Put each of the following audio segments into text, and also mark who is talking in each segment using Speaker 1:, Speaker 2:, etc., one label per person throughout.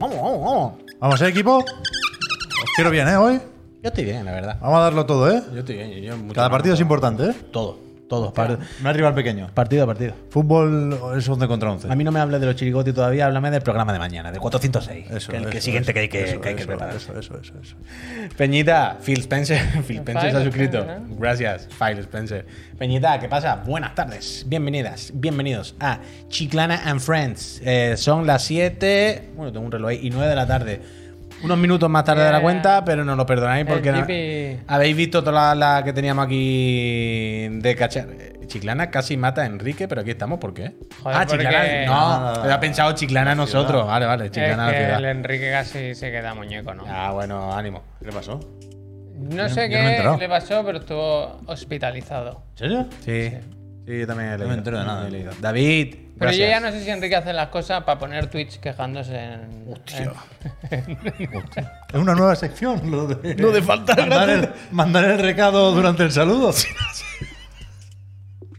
Speaker 1: Vamos, vamos, vamos.
Speaker 2: Vamos, ¿eh, equipo? Os quiero bien, ¿eh? Hoy.
Speaker 1: Yo estoy bien, la verdad.
Speaker 2: Vamos a darlo todo, ¿eh?
Speaker 1: Yo estoy bien. Yo, yo mucho
Speaker 2: Cada
Speaker 1: más.
Speaker 2: partido es importante, ¿eh?
Speaker 1: Todo, todo. par-
Speaker 2: No es rival pequeño.
Speaker 1: partido a partido.
Speaker 2: Fútbol es 11 contra 11.
Speaker 1: A mí no me hables de los chirigoti todavía, háblame del programa de mañana, del 406.
Speaker 2: Eso,
Speaker 1: que el que
Speaker 2: eso,
Speaker 1: siguiente
Speaker 2: eso,
Speaker 1: que hay que,
Speaker 2: eso,
Speaker 1: que hay que
Speaker 2: eso,
Speaker 1: preparar.
Speaker 2: Eso, eso, eso, eso.
Speaker 1: Peñita, Phil Spencer. Phil Spencer se ha
Speaker 3: File
Speaker 1: suscrito.
Speaker 3: Spencer, ¿no?
Speaker 1: Gracias, Phil Spencer. Peñita, ¿qué pasa? Buenas tardes. Bienvenidas, bienvenidos a Chiclana and Friends. Eh, son las 7. Bueno, tengo un reloj ahí. Y 9 de la tarde. Unos minutos más tarde de la
Speaker 3: Yeah.
Speaker 1: cuenta, pero no lo perdonáis
Speaker 3: El
Speaker 1: porque no-
Speaker 3: tipi.
Speaker 1: habéis visto toda la, la que teníamos aquí de cachar. Eh, Chiclana casi mata a Enrique, pero aquí estamos, ¿por qué?
Speaker 3: Joder,
Speaker 1: ah, Chiclana.
Speaker 3: porque-
Speaker 1: No, había pensado Chiclana nosotros. Vale, vale, Chiclana
Speaker 3: Es
Speaker 1: la
Speaker 3: que
Speaker 1: ciudad.
Speaker 3: el Enrique casi se queda muñeco, ¿no?
Speaker 1: Ah, bueno, ánimo.
Speaker 2: ¿Qué le pasó?
Speaker 3: No sé
Speaker 2: yo no me he
Speaker 3: qué
Speaker 2: enterado.
Speaker 3: le pasó, pero estuvo hospitalizado.
Speaker 2: ¿En serio?
Speaker 1: Sí. Sí, yo también he leído.
Speaker 2: me entero de nada.
Speaker 1: He leído. David.
Speaker 3: Pero
Speaker 1: gracias.
Speaker 3: yo ya no sé si Enrique hace las cosas para poner tweets quejándose en. en-
Speaker 2: Es una nueva sección. Lo de, faltar mandar el, mandar el recado durante el saludo.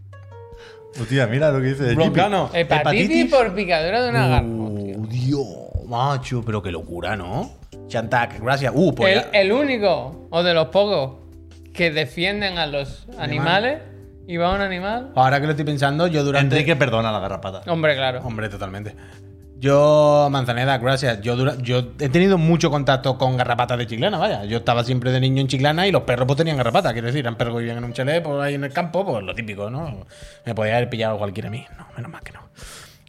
Speaker 2: Hostia, mira lo que dice.
Speaker 1: Broncano.
Speaker 3: Hepatitis, por picadura de una garra.
Speaker 1: Oh, Dios, macho, pero qué locura, ¿no? Chantac, gracias. Uh, pues.
Speaker 3: el,
Speaker 1: ya-
Speaker 3: el único, o de los pocos, que defienden a los animales y va un animal.
Speaker 1: Ahora que lo estoy pensando, yo durante.
Speaker 2: Enrique perdona la garrapata.
Speaker 3: Hombre, claro.
Speaker 1: Hombre, totalmente. Yo, Manzaneda, gracias. Yo, dura- yo he tenido mucho contacto con garrapatas de chiclana, vaya. Yo estaba siempre de niño en chiclana y los perros pues tenían garrapatas. Quiero decir, eran perros que vivían en un chalet, por ahí en el campo, pues lo típico, ¿no? Me podía haber pillado cualquiera a mí. No, menos mal que no.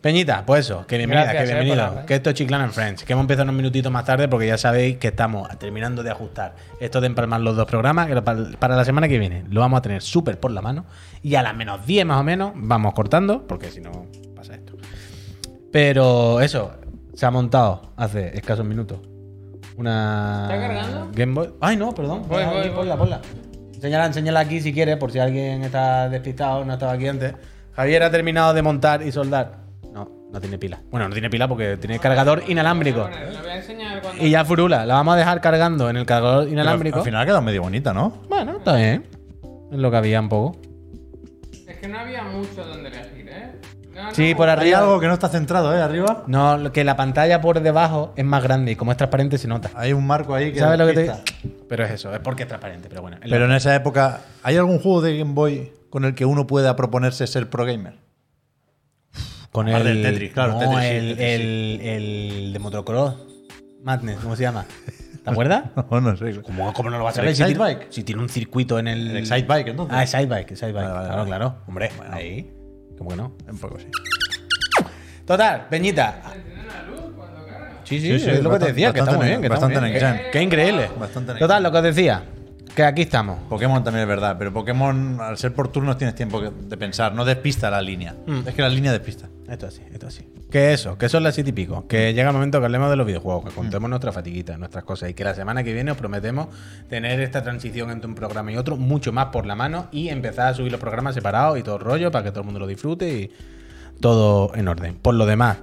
Speaker 1: Peñita, pues eso, que bienvenida,
Speaker 3: Gracias,
Speaker 1: que
Speaker 3: eh, por
Speaker 1: bienvenido.
Speaker 3: darle.
Speaker 1: que esto es Chiclana en Friends, que hemos empezado unos minutitos más tarde porque ya sabéis que estamos terminando de ajustar esto de empalmar los dos programas, que lo pa- para la semana que viene lo vamos a tener súper por la mano y a las menos 10 más o menos vamos cortando porque si no pasa esto. Pero eso, se ha montado hace escasos minutos una
Speaker 3: ¿Está cargando?
Speaker 1: Game Boy. Ay, no, perdón.
Speaker 3: Voy,
Speaker 1: Ponla
Speaker 3: voy,
Speaker 1: aquí,
Speaker 3: voy.
Speaker 1: ponla, ponla. Enséñala, enséñala aquí si quieres, por si alguien está despistado, no estaba aquí antes. Javier ha terminado de montar y soldar. No, no tiene pila. Bueno, no tiene pila porque tiene cargador inalámbrico.
Speaker 3: Lo voy a enseñar cuando.
Speaker 1: Y ya furula, la vamos a dejar cargando en el cargador
Speaker 2: Pero
Speaker 1: inalámbrico.
Speaker 2: Al final ha quedado medio bonita, ¿no?
Speaker 1: Bueno, está bien. Es lo que había un poco.
Speaker 3: Es que no había mucho donde elegir, ¿eh?
Speaker 1: Sí, por
Speaker 2: Hay
Speaker 1: arriba.
Speaker 2: algo que no está centrado, ¿eh? Arriba.
Speaker 1: No, lo que la pantalla por debajo es más grande y como es transparente se nota.
Speaker 2: Hay un marco ahí que.
Speaker 1: ¿Sabes lo que te
Speaker 2: despista.
Speaker 1: Pero es eso, es porque es transparente, pero bueno. es lo
Speaker 2: Pero en esa época, ¿hay algún juego de Game Boy con el que uno pueda proponerse ser pro gamer?
Speaker 1: Con
Speaker 2: Aparte del Tetris, claro,
Speaker 1: no,
Speaker 2: Tetris sí,
Speaker 1: el,
Speaker 2: Tetris
Speaker 1: el, el de motocross. Madness, ¿cómo se llama? ¿Te acuerdas?
Speaker 2: No, no sé.
Speaker 1: ¿Cómo, cómo no lo vas a
Speaker 2: ¿El
Speaker 1: ver? Si
Speaker 2: Excite
Speaker 1: tiene,
Speaker 2: Bike?
Speaker 1: si tiene un circuito en el.
Speaker 2: ¿El Excite Bike, entonces?
Speaker 1: Ah, Excite Bike, Excite Bike.
Speaker 2: Vale, vale,
Speaker 1: claro,
Speaker 2: vale.
Speaker 1: claro. Hombre, ahí. ¿Cómo que no?
Speaker 2: Un poco, sí.
Speaker 1: Total, Peñita. Sí, sí,
Speaker 2: Sí,
Speaker 1: es lo que
Speaker 2: sí,
Speaker 1: te
Speaker 2: bastante-
Speaker 1: decía, que está muy
Speaker 2: bastante
Speaker 1: bien, que está
Speaker 2: bastante
Speaker 1: muy bien.
Speaker 2: next
Speaker 1: Que- que increíble.
Speaker 2: Bastante next
Speaker 1: Total, lo que os decía, que aquí estamos.
Speaker 2: Pokémon también es verdad, pero Pokémon, al ser por turnos, tienes tiempo que- de pensar. No despista la línea. Es que la línea despista.
Speaker 1: Esto así, esto así. Que eso, que son las siete y pico. Que llega el momento que hablemos de los videojuegos, que contemos nuestras fatiguitas, nuestras cosas. Y que la semana que viene os prometemos tener esta transición entre un programa y otro mucho más por la mano y empezar a subir los programas separados y todo el rollo para que todo el mundo lo disfrute y todo en orden. Por lo demás,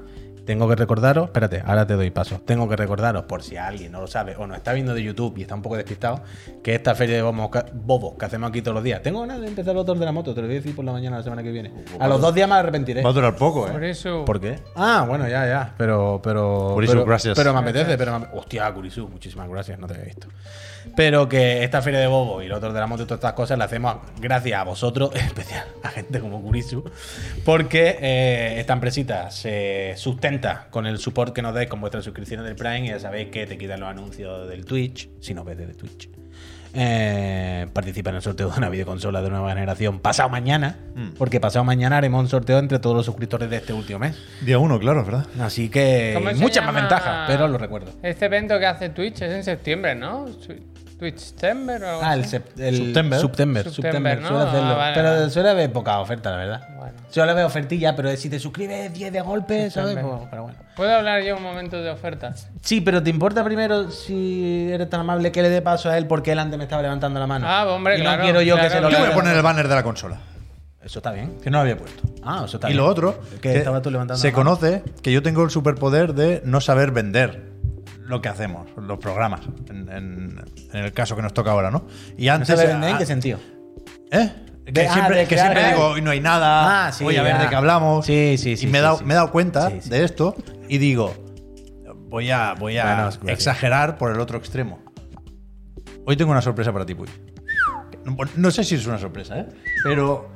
Speaker 1: tengo que recordaros, espérate, ahora te doy paso. Tengo que recordaros, por si alguien no lo sabe o nos está viendo de YouTube y está un poco despistado, que esta feria de bobos, que- bobos que hacemos aquí todos los días. Tengo ganas de empezar los dos de la moto, te lo voy a decir por la mañana la semana que viene. A los dos días me arrepentiré.
Speaker 2: Va a durar poco,
Speaker 3: Por
Speaker 2: ¿eh?
Speaker 3: eso.
Speaker 1: ¿Por qué? Ah, bueno, ya, ya. Pero, pero.
Speaker 2: Kurisu,
Speaker 1: pero,
Speaker 2: gracias.
Speaker 1: Pero me apetece, pero me ape- Hostia, Kurisu, muchísimas gracias, no te había visto. Pero que esta feria de bobo y los otros de la moto y todas estas cosas la hacemos gracias a vosotros, en especial a gente como Kurisu, porque eh, esta empresita se sustenta con el support que nos dais con vuestras suscripciones del Prime y ya sabéis que te quitan los anuncios del Twitch, si nos ves desde Twitch. Eh, participa en el sorteo de una videoconsola de nueva generación pasado mañana, porque pasado mañana haremos un sorteo entre todos los suscriptores de este último mes.
Speaker 2: Día uno, claro, es ¿verdad?
Speaker 1: Así que
Speaker 3: ¿Cómo se
Speaker 1: muchas
Speaker 3: llama?
Speaker 1: Eh, más ventajas, pero lo recuerdo.
Speaker 3: Este evento que hace Twitch es en septiembre, ¿no? Su- Twitch September o algo
Speaker 1: Ah, el,
Speaker 3: así.
Speaker 1: sep- el September,
Speaker 2: September.
Speaker 3: September,
Speaker 1: September,
Speaker 3: ¿no?
Speaker 1: suele hacerlo.
Speaker 3: Ah, vale,
Speaker 1: pero
Speaker 3: vale.
Speaker 1: suele haber poca oferta, la verdad.
Speaker 3: Bueno.
Speaker 1: Suele haber ofertilla, pero si te suscribes 10 de golpe, ¿sabes?
Speaker 3: September.
Speaker 1: Pues, pero bueno.
Speaker 3: ¿Puedo hablar yo un momento de ofertas?
Speaker 1: Sí, pero ¿te importa primero si eres tan amable que le dé paso a él porque él antes me estaba levantando la mano?
Speaker 3: Ah, hombre,
Speaker 1: y
Speaker 3: claro,
Speaker 1: No quiero yo que
Speaker 3: claro.
Speaker 1: se lo
Speaker 2: Yo voy a
Speaker 1: lea.
Speaker 2: poner el banner de la consola,
Speaker 1: Eso está bien.
Speaker 2: que no lo había puesto.
Speaker 1: Ah, eso está
Speaker 2: y
Speaker 1: bien.
Speaker 2: lo otro,
Speaker 1: Que, estaba tú levantando
Speaker 2: se
Speaker 1: la mano.
Speaker 2: conoce que yo tengo el superpoder de no saber vender lo que hacemos, los programas, en, en- en el caso que nos toca ahora, ¿no? Y
Speaker 1: ¿No
Speaker 2: antes...
Speaker 1: sabe vender en
Speaker 2: ah,
Speaker 1: qué sentido?
Speaker 2: ¿Eh? Que
Speaker 1: De- ah,
Speaker 2: siempre,
Speaker 1: de
Speaker 2: que
Speaker 1: crear-
Speaker 2: siempre digo, hoy no hay nada,
Speaker 1: Ah, sí,
Speaker 2: voy a ver
Speaker 1: ya.
Speaker 2: de qué hablamos.
Speaker 1: Sí, sí, sí,
Speaker 2: Y me he
Speaker 1: sí,
Speaker 2: dado,
Speaker 1: sí.
Speaker 2: me he dado cuenta
Speaker 1: Sí, sí.
Speaker 2: de esto y digo, voy a, voy a
Speaker 1: Bueno, gracias.
Speaker 2: exagerar por el otro extremo. Hoy tengo una sorpresa para ti, Puy. No, no sé si es una sorpresa, ¿eh? pero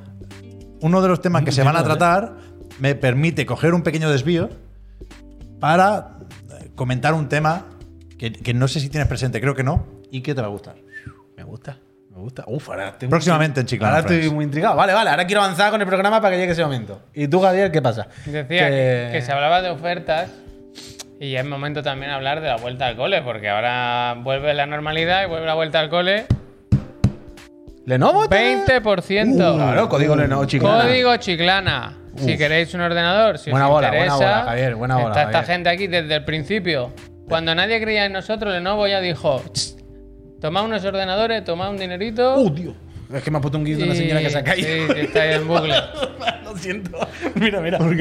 Speaker 2: uno de los temas que se van a tratar me permite coger un pequeño desvío para eh, comentar un tema que, que no sé si tienes presente, creo que no, y que te va a gustar.
Speaker 1: Me gusta, me gusta. Uf, ahora estoy muy-
Speaker 2: Próximamente en Chiclana,
Speaker 1: Ahora estoy
Speaker 2: Friends.
Speaker 1: muy intrigado. Vale, vale, ahora quiero avanzar con el programa para que llegue ese momento. ¿Y tú, Javier, qué pasa?
Speaker 3: Decía que... que se hablaba de ofertas y ya es momento también hablar de la vuelta al cole, porque ahora vuelve la normalidad y vuelve la vuelta al cole.
Speaker 1: ¿Lenovo? tiene?
Speaker 3: 20%.
Speaker 1: Uh, Claro, código Lenovo, chicos.
Speaker 3: Código Chiclana. Si queréis un ordenador, si
Speaker 1: Buena
Speaker 3: os
Speaker 1: bola, buena
Speaker 3: interesa,
Speaker 1: bola, Javier, buena bola,
Speaker 3: está esta
Speaker 1: Javier.
Speaker 3: gente aquí desde el principio. Cuando nadie creía en nosotros, Lenovo ya dijo, "Tss, tomad unos ordenadores, tomad un dinerito.
Speaker 1: ¡Uh, tío! Es que me ha puesto un guiso de una señora que se ha caído.
Speaker 3: Sí, que está ahí en bucle.
Speaker 1: Lo siento. Mira, mira.
Speaker 2: ¿Por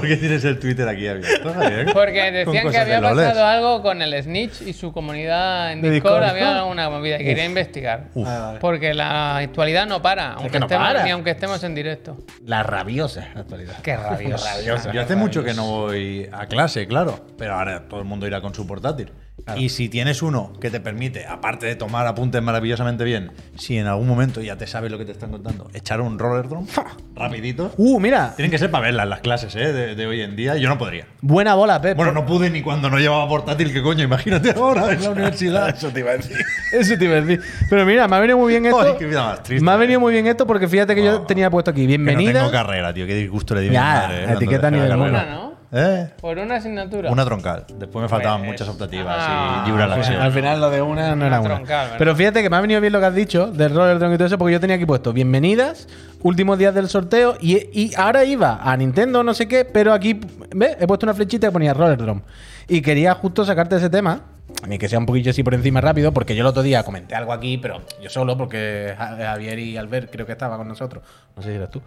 Speaker 2: qué tienes el Twitter aquí abierto? Javier?
Speaker 3: Porque
Speaker 2: Con
Speaker 3: decían que
Speaker 2: cosas de
Speaker 3: había
Speaker 2: loles.
Speaker 3: pasado algo con el Snitch y su comunidad en
Speaker 1: ¿De
Speaker 3: Discord,
Speaker 1: Discord?
Speaker 3: había alguna movida y quería investigar.
Speaker 2: Uf.
Speaker 1: Vale, vale.
Speaker 3: Porque la actualidad no para, aunque,
Speaker 1: que no
Speaker 3: estemos,
Speaker 1: para.
Speaker 3: y aunque estemos en directo.
Speaker 1: La rabiosa actualidad.
Speaker 3: Qué rabiosa.
Speaker 1: rabiosa.
Speaker 2: Yo hace mucho que no voy a clase, claro, pero ahora todo el mundo irá con su portátil. Y si tienes uno que te permite, aparte de tomar apuntes maravillosamente bien, si en algún momento ya te sabes lo que te están contando, echar un roller drone rapidito.
Speaker 1: Uh, mira.
Speaker 2: Tienen que ser para verlas las clases ¿eh? de, de hoy en día. Yo no podría.
Speaker 1: Buena bola, Pep.
Speaker 2: Bueno, no pude ni cuando no llevaba portátil, que coño, imagínate ahora en la universidad.
Speaker 1: Eso te iba a decir. Eso te iba a decir. Pero mira, me ha venido muy bien esto.
Speaker 2: Ay, qué vida más triste. eh. Oh,
Speaker 1: me ha venido muy bien esto porque fíjate que yo tenía puesto aquí.
Speaker 2: Que no
Speaker 1: Bienvenida.
Speaker 2: tengo carrera, tío. Qué disgusto le di a mi
Speaker 1: Ya,
Speaker 2: madre, ¿eh? cuando
Speaker 1: etiqueta
Speaker 2: dejé
Speaker 1: ni
Speaker 2: la
Speaker 1: de
Speaker 2: carrera.
Speaker 3: Una, ¿no?
Speaker 2: ¿Eh?
Speaker 3: Por una asignatura.
Speaker 2: Una troncal. Después me faltaban
Speaker 3: Pues-
Speaker 2: muchas optativas
Speaker 3: Ah.
Speaker 2: y libre a la
Speaker 1: Al final- Pues, al
Speaker 2: acción.
Speaker 1: final lo de una no era
Speaker 3: Una
Speaker 1: una.
Speaker 3: troncal, ¿verdad?
Speaker 1: Pero fíjate que me ha venido bien lo que has dicho del roller drone y todo eso, porque yo tenía aquí puesto bienvenidas, últimos días del sorteo, y, y ahora iba a Nintendo, no sé qué, pero aquí, ¿ves? He puesto una flechita que ponía roller drone. Y quería justo sacarte ese tema, ni que sea un poquillo así por encima rápido, porque yo el otro día comenté algo aquí, pero yo solo, porque Ja- Javier y Albert creo que estaba con nosotros, no sé si eras tú,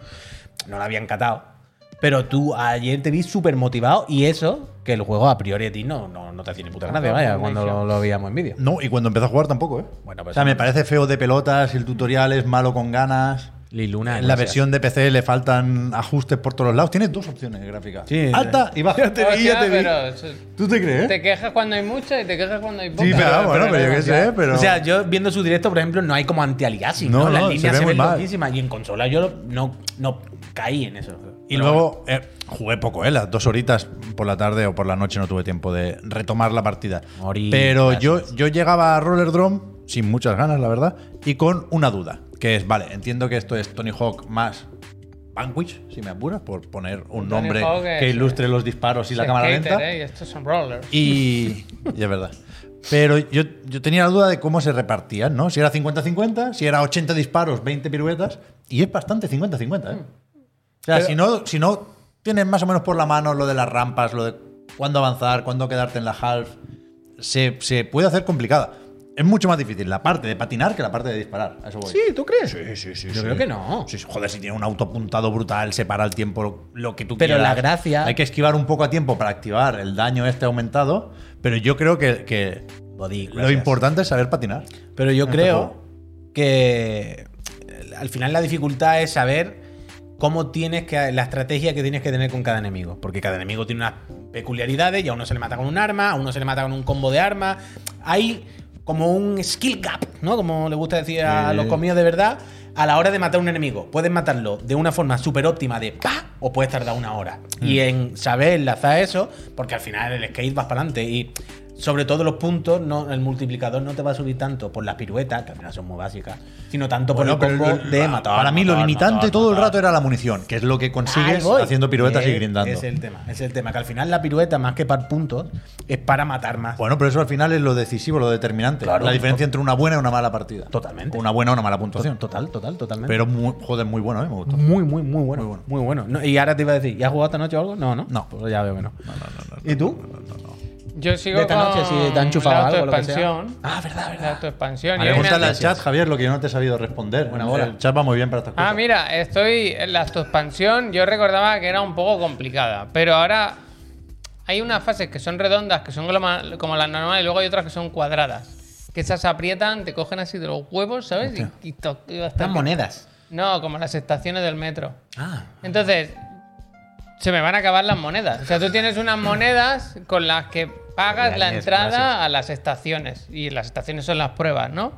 Speaker 1: no la habían catado. Pero tú ayer te vi súper motivado y eso, que el juego a priori a ti no, no, no te hacía ni puta gracia, vaya, cuando lo, lo veíamos en vídeo.
Speaker 2: No, y cuando empezó a jugar tampoco, ¿eh?
Speaker 1: Bueno, pues-
Speaker 2: o sea, me parece feo de pelotas, el tutorial es malo con ganas.
Speaker 1: Liluna.
Speaker 2: En la versión de PC le faltan ajustes por todos lados. Tienes dos opciones gráficas.
Speaker 1: Sí. eh.
Speaker 2: Alta y baja.
Speaker 3: O sea, pero eso-
Speaker 2: ¿Tú te crees?
Speaker 3: Te quejas cuando hay mucha y te quejas cuando hay poca.
Speaker 2: ¿Eh? sí, pero, bueno, pero yo qué sé, pero...
Speaker 1: O sea, yo viendo su directo, por ejemplo, no hay como anti-aliasing. No,
Speaker 2: No,
Speaker 1: Las
Speaker 2: no, se
Speaker 1: líneas
Speaker 2: ve
Speaker 1: se,
Speaker 2: muy
Speaker 1: ven
Speaker 2: mal.
Speaker 1: loquísimas. Y en consola yo no, no caí en eso.
Speaker 2: y luego eh, jugué poco, ¿eh? Las dos horitas por la tarde o por la noche no tuve tiempo de retomar la partida.
Speaker 1: Horitas.
Speaker 2: Pero yo, yo llegaba a Roller Drum sin muchas ganas, la verdad, y con una duda, que es, vale, entiendo que esto es Tony Hawk más Vanquish, si me apuras, por poner un
Speaker 3: Tony
Speaker 2: nombre
Speaker 3: Hawk
Speaker 2: que
Speaker 3: es- eh,
Speaker 2: ilustre los disparos y la cámara lenta.
Speaker 3: Y estos son rollers.
Speaker 2: Y, y es verdad. Pero yo, yo tenía la duda de cómo se repartían, ¿no? Si era 50-50, si era 80 disparos, 20 piruetas. Y es bastante 50-50, ¿eh? O sea, si, no, si no tienes más o menos por la mano lo de las rampas, lo de cuándo avanzar, cuándo quedarte en la half, se, se puede hacer complicada. Es mucho más difícil la parte de patinar que la parte de disparar. A eso voy.
Speaker 1: Sí, ¿tú crees?
Speaker 2: Sí, sí, sí,
Speaker 1: Yo
Speaker 2: sí.
Speaker 1: creo que no.
Speaker 2: Sí, sí, joder, si tiene un auto apuntado brutal, separa el tiempo, lo, lo que tú
Speaker 1: Pero
Speaker 2: quieras.
Speaker 1: la gracia-
Speaker 2: Hay que esquivar un poco a tiempo para activar el daño este aumentado, pero yo creo que, que
Speaker 1: Body,
Speaker 2: lo
Speaker 1: gracias.
Speaker 2: importante es saber patinar.
Speaker 1: Pero yo
Speaker 2: Este
Speaker 1: creo
Speaker 2: juego.
Speaker 1: que eh, al final la dificultad es saber cómo tienes que. la estrategia que tienes que tener con cada enemigo. Porque cada enemigo tiene unas peculiaridades y a uno se le mata con un arma, a uno se le mata con un combo de armas. Hay como un skill gap, ¿no? Como le gusta decir a
Speaker 2: Sí.
Speaker 1: los comidos de verdad. A la hora de matar a un enemigo, puedes matarlo de una forma súper óptima de pa o puedes tardar una hora. Y en saber enlazar eso, porque al final el skate vas para adelante y sobre todo los puntos, no, el multiplicador no te va a subir tanto por las piruetas, que al final son muy básicas, sino tanto por
Speaker 2: Bueno,
Speaker 1: el
Speaker 2: pero
Speaker 1: combo
Speaker 2: lo-
Speaker 1: de
Speaker 2: la-
Speaker 1: matar.
Speaker 2: para mí lo
Speaker 1: matar,
Speaker 2: limitante
Speaker 1: matar,
Speaker 2: todo el
Speaker 1: matar.
Speaker 2: rato era la munición, que es lo que
Speaker 1: Ahí
Speaker 2: consigues
Speaker 1: voy.
Speaker 2: haciendo piruetas y
Speaker 1: Es-
Speaker 2: grindando.
Speaker 1: Es el tema, es el tema, que al final la pirueta, más que para puntos, es para matar más.
Speaker 2: Bueno, pero eso al final es lo decisivo, lo determinante.
Speaker 1: Claro.
Speaker 2: la diferencia entre una buena y una mala partida.
Speaker 1: Totalmente.
Speaker 2: Una buena o una mala
Speaker 1: To-
Speaker 2: puntuación.
Speaker 1: total, total, totalmente.
Speaker 2: Pero muy, joder, muy bueno, ¿eh? Me gustó.
Speaker 1: muy, muy, muy bueno. Muy
Speaker 2: Muy
Speaker 1: bueno.
Speaker 2: bueno.
Speaker 1: No, y ahora te iba a decir, ¿ya has jugado esta noche o algo? No, no.
Speaker 2: No.
Speaker 1: Pues ya veo que no. ¿Y tú?
Speaker 3: Yo sigo
Speaker 1: De esta
Speaker 3: con
Speaker 1: noche, si te han chufado
Speaker 3: la
Speaker 1: algo, lo que sea.
Speaker 3: autoexpansión.
Speaker 1: Ah, verdad,
Speaker 3: La
Speaker 1: verdad.
Speaker 3: autoexpansión. Y
Speaker 2: Me
Speaker 3: hoy me han
Speaker 2: gusta el
Speaker 3: dicho-
Speaker 2: chat, Javier, lo que yo no te he sabido responder.
Speaker 1: Buena bola.
Speaker 2: El chat va muy bien para estas cosas.
Speaker 3: Ah, mira, estoy en la autoexpansión. Yo recordaba que era un poco complicada, pero ahora hay unas fases que son redondas, que son gloma- como las normales, y luego hay otras que son cuadradas. Que esas aprietan, te cogen así de los huevos, ¿sabes? Y, y to- y hasta
Speaker 1: Están
Speaker 3: que-
Speaker 1: monedas.
Speaker 3: No, como las estaciones del metro.
Speaker 1: Ah.
Speaker 3: Entonces, se me van a acabar las monedas. O sea, tú tienes unas monedas con las que Pagas la
Speaker 4: Yes,
Speaker 3: entrada
Speaker 4: gracias.
Speaker 3: a las estaciones y las estaciones son las pruebas, ¿no?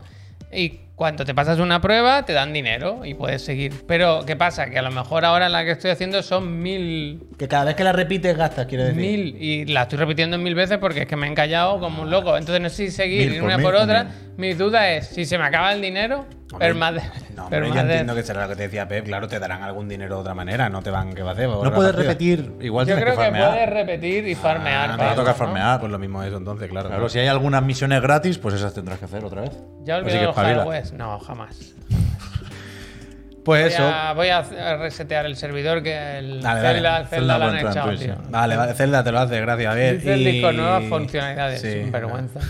Speaker 3: Y cuando te pasas una prueba te dan dinero y puedes seguir. Pero ¿qué pasa? Que a lo mejor ahora la que estoy haciendo son mil,
Speaker 5: Que cada vez que la repites gastas, quiero decir.
Speaker 3: mil y la estoy repitiendo mil veces porque es que me he encallado como un loco. Entonces no sé si seguir
Speaker 2: Mil por
Speaker 3: una
Speaker 2: mil,
Speaker 3: por otra.
Speaker 2: mil.
Speaker 3: Mi duda es si se me acaba el dinero,
Speaker 4: Hombre,
Speaker 3: permade.
Speaker 4: No, hombre, yo
Speaker 3: permade-
Speaker 4: entiendo que será lo que te decía Pep. Claro, te darán algún dinero de otra manera. No te van que va a hacer.
Speaker 2: No puedes repetir, igual
Speaker 3: Yo
Speaker 2: tienes
Speaker 3: creo
Speaker 2: que
Speaker 3: que,
Speaker 2: farmear.
Speaker 3: puedes repetir y farmear.
Speaker 4: Ah,
Speaker 2: te va a
Speaker 3: Pablo,
Speaker 2: tocar
Speaker 3: ¿no?
Speaker 2: farmear.
Speaker 4: Pues lo mismo eso entonces, claro.
Speaker 2: Claro, si hay algunas misiones gratis, pues esas tendrás que hacer otra vez.
Speaker 3: Ya he
Speaker 2: Así
Speaker 3: olvidado los
Speaker 2: espabila.
Speaker 3: Hard West. No, jamás.
Speaker 4: Pues
Speaker 3: Voy
Speaker 4: eso.
Speaker 3: a, voy a hacer- a resetear el servidor que el
Speaker 4: Dale, dale.
Speaker 3: Zelda, el Zelda
Speaker 2: Zelda
Speaker 3: lo han
Speaker 2: puede entrar
Speaker 3: echado,
Speaker 2: en Twitch,
Speaker 3: tío.
Speaker 2: ¿no?
Speaker 4: Vale, vale, Zelda te lo hace, gracias. A ver.
Speaker 3: Dice el
Speaker 4: y-
Speaker 3: disco nuevas funcionalidades,
Speaker 4: Sí,
Speaker 3: sin vergüenza.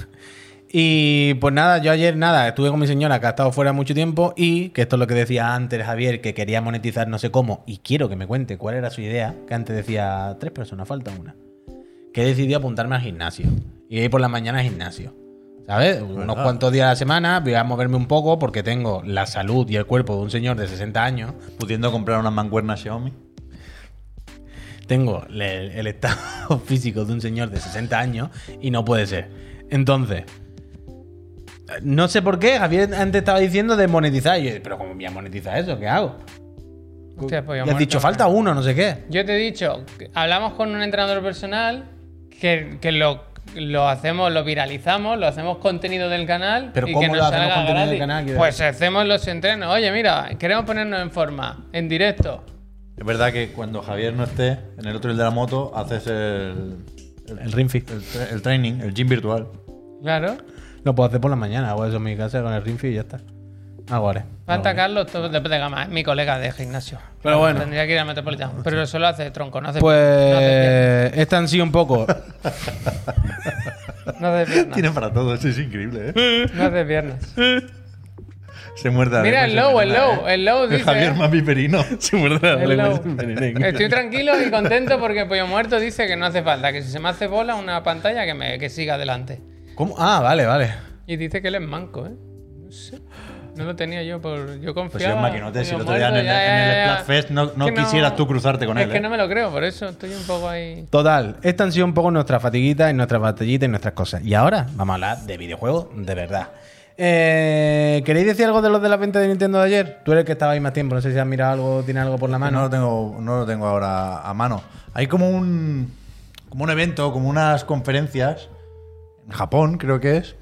Speaker 4: Y pues nada, yo ayer nada, estuve con mi señora que ha estado fuera mucho tiempo y que esto es lo que decía antes Javier, que quería monetizar no sé cómo y quiero que me cuente cuál era su idea, que antes decía tres personas, falta una. Que he decidido apuntarme al gimnasio y ir por la mañana al gimnasio. ¿Sabes? Unos
Speaker 2: verdad.
Speaker 4: cuantos días a la semana voy a moverme un poco porque tengo la salud y el cuerpo de un señor de 60 años.
Speaker 2: Pudiendo comprar una mancuerna Xiaomi.
Speaker 4: tengo el, el estado físico de un señor de 60 años y no puede ser. Entonces, no sé por qué, Javier antes estaba diciendo de monetizar. Y yo, pero ¿cómo voy a monetizar eso? ¿Qué hago?
Speaker 3: Hostia, pues
Speaker 4: Y
Speaker 3: yo
Speaker 4: has
Speaker 3: muerto,
Speaker 4: dicho,
Speaker 3: ¿no?
Speaker 4: falta uno, no sé qué.
Speaker 3: Yo te he dicho, que hablamos con un entrenador personal que, que lo, lo hacemos, lo viralizamos, lo hacemos contenido del canal.
Speaker 4: Pero
Speaker 3: y
Speaker 4: ¿cómo
Speaker 3: que nos
Speaker 4: lo hacemos
Speaker 3: salga
Speaker 4: contenido del
Speaker 3: gratis.
Speaker 4: canal, quiero
Speaker 3: Pues hacemos los entrenos. Oye, mira, queremos ponernos en forma, en directo.
Speaker 2: Es verdad que cuando Javier no esté en el otro el de la moto, haces el, el,
Speaker 4: El Ring Fit.
Speaker 2: el tra- el training, el gym virtual.
Speaker 3: Claro.
Speaker 4: Lo puedo hacer por la mañana, hago eso en mi casa con el Ring Fit y ya está. Ahora.
Speaker 3: Fanta Carlos, todo de de gama, es mi colega de gimnasio.
Speaker 4: Pero bueno.
Speaker 3: Tendría que ir al
Speaker 2: Pues
Speaker 3: Metropolitano. Pero eso lo hace tronco, no hace no hace piernas.
Speaker 4: Pues esta han sido un poco.
Speaker 3: No hace piernas.
Speaker 2: Tiene para todo, eso es increíble, ¿eh?
Speaker 3: No hace piernas.
Speaker 2: Se muerde la
Speaker 3: Mira
Speaker 2: lengua y
Speaker 3: el
Speaker 2: se
Speaker 3: low, el
Speaker 2: envenena,
Speaker 3: low,
Speaker 2: ¿eh?
Speaker 3: el low dice.
Speaker 2: Javier Mami Perino. Se muerde la
Speaker 3: El
Speaker 2: lengua y se
Speaker 3: low.
Speaker 2: envenena.
Speaker 3: Estoy tranquilo y contento porque Pollo Muerto dice que no hace falta, que si se me hace bola una pantalla que, me, que siga adelante.
Speaker 4: ¿Cómo? Ah, vale, vale.
Speaker 3: Y dice que él es manco, ¿eh? No sé. No lo tenía yo por. Yo confiaba.
Speaker 2: Pues si es maquinote, si el
Speaker 3: Pollo
Speaker 2: otro día en el,
Speaker 3: Muerto, ya,
Speaker 2: en el
Speaker 3: ya, ya.
Speaker 2: Splatfest no, no
Speaker 3: Que
Speaker 2: quisieras tú cruzarte con él.
Speaker 3: Es que
Speaker 2: ¿eh?
Speaker 3: no me lo creo, por eso estoy un poco ahí.
Speaker 4: Total, esta han sido un poco nuestras fatiguitas y nuestras batallitas y nuestras cosas. Y ahora vamos a hablar de videojuegos de verdad. Eh, ¿Queréis decir algo de los de la venta de Nintendo de ayer? Tú eres el que estaba ahí más tiempo, no sé si has mirado algo, tiene algo por la
Speaker 2: No
Speaker 4: mano.
Speaker 2: lo tengo, no lo tengo ahora a mano. Hay como un, como un evento, como unas conferencias en Japón, creo que es,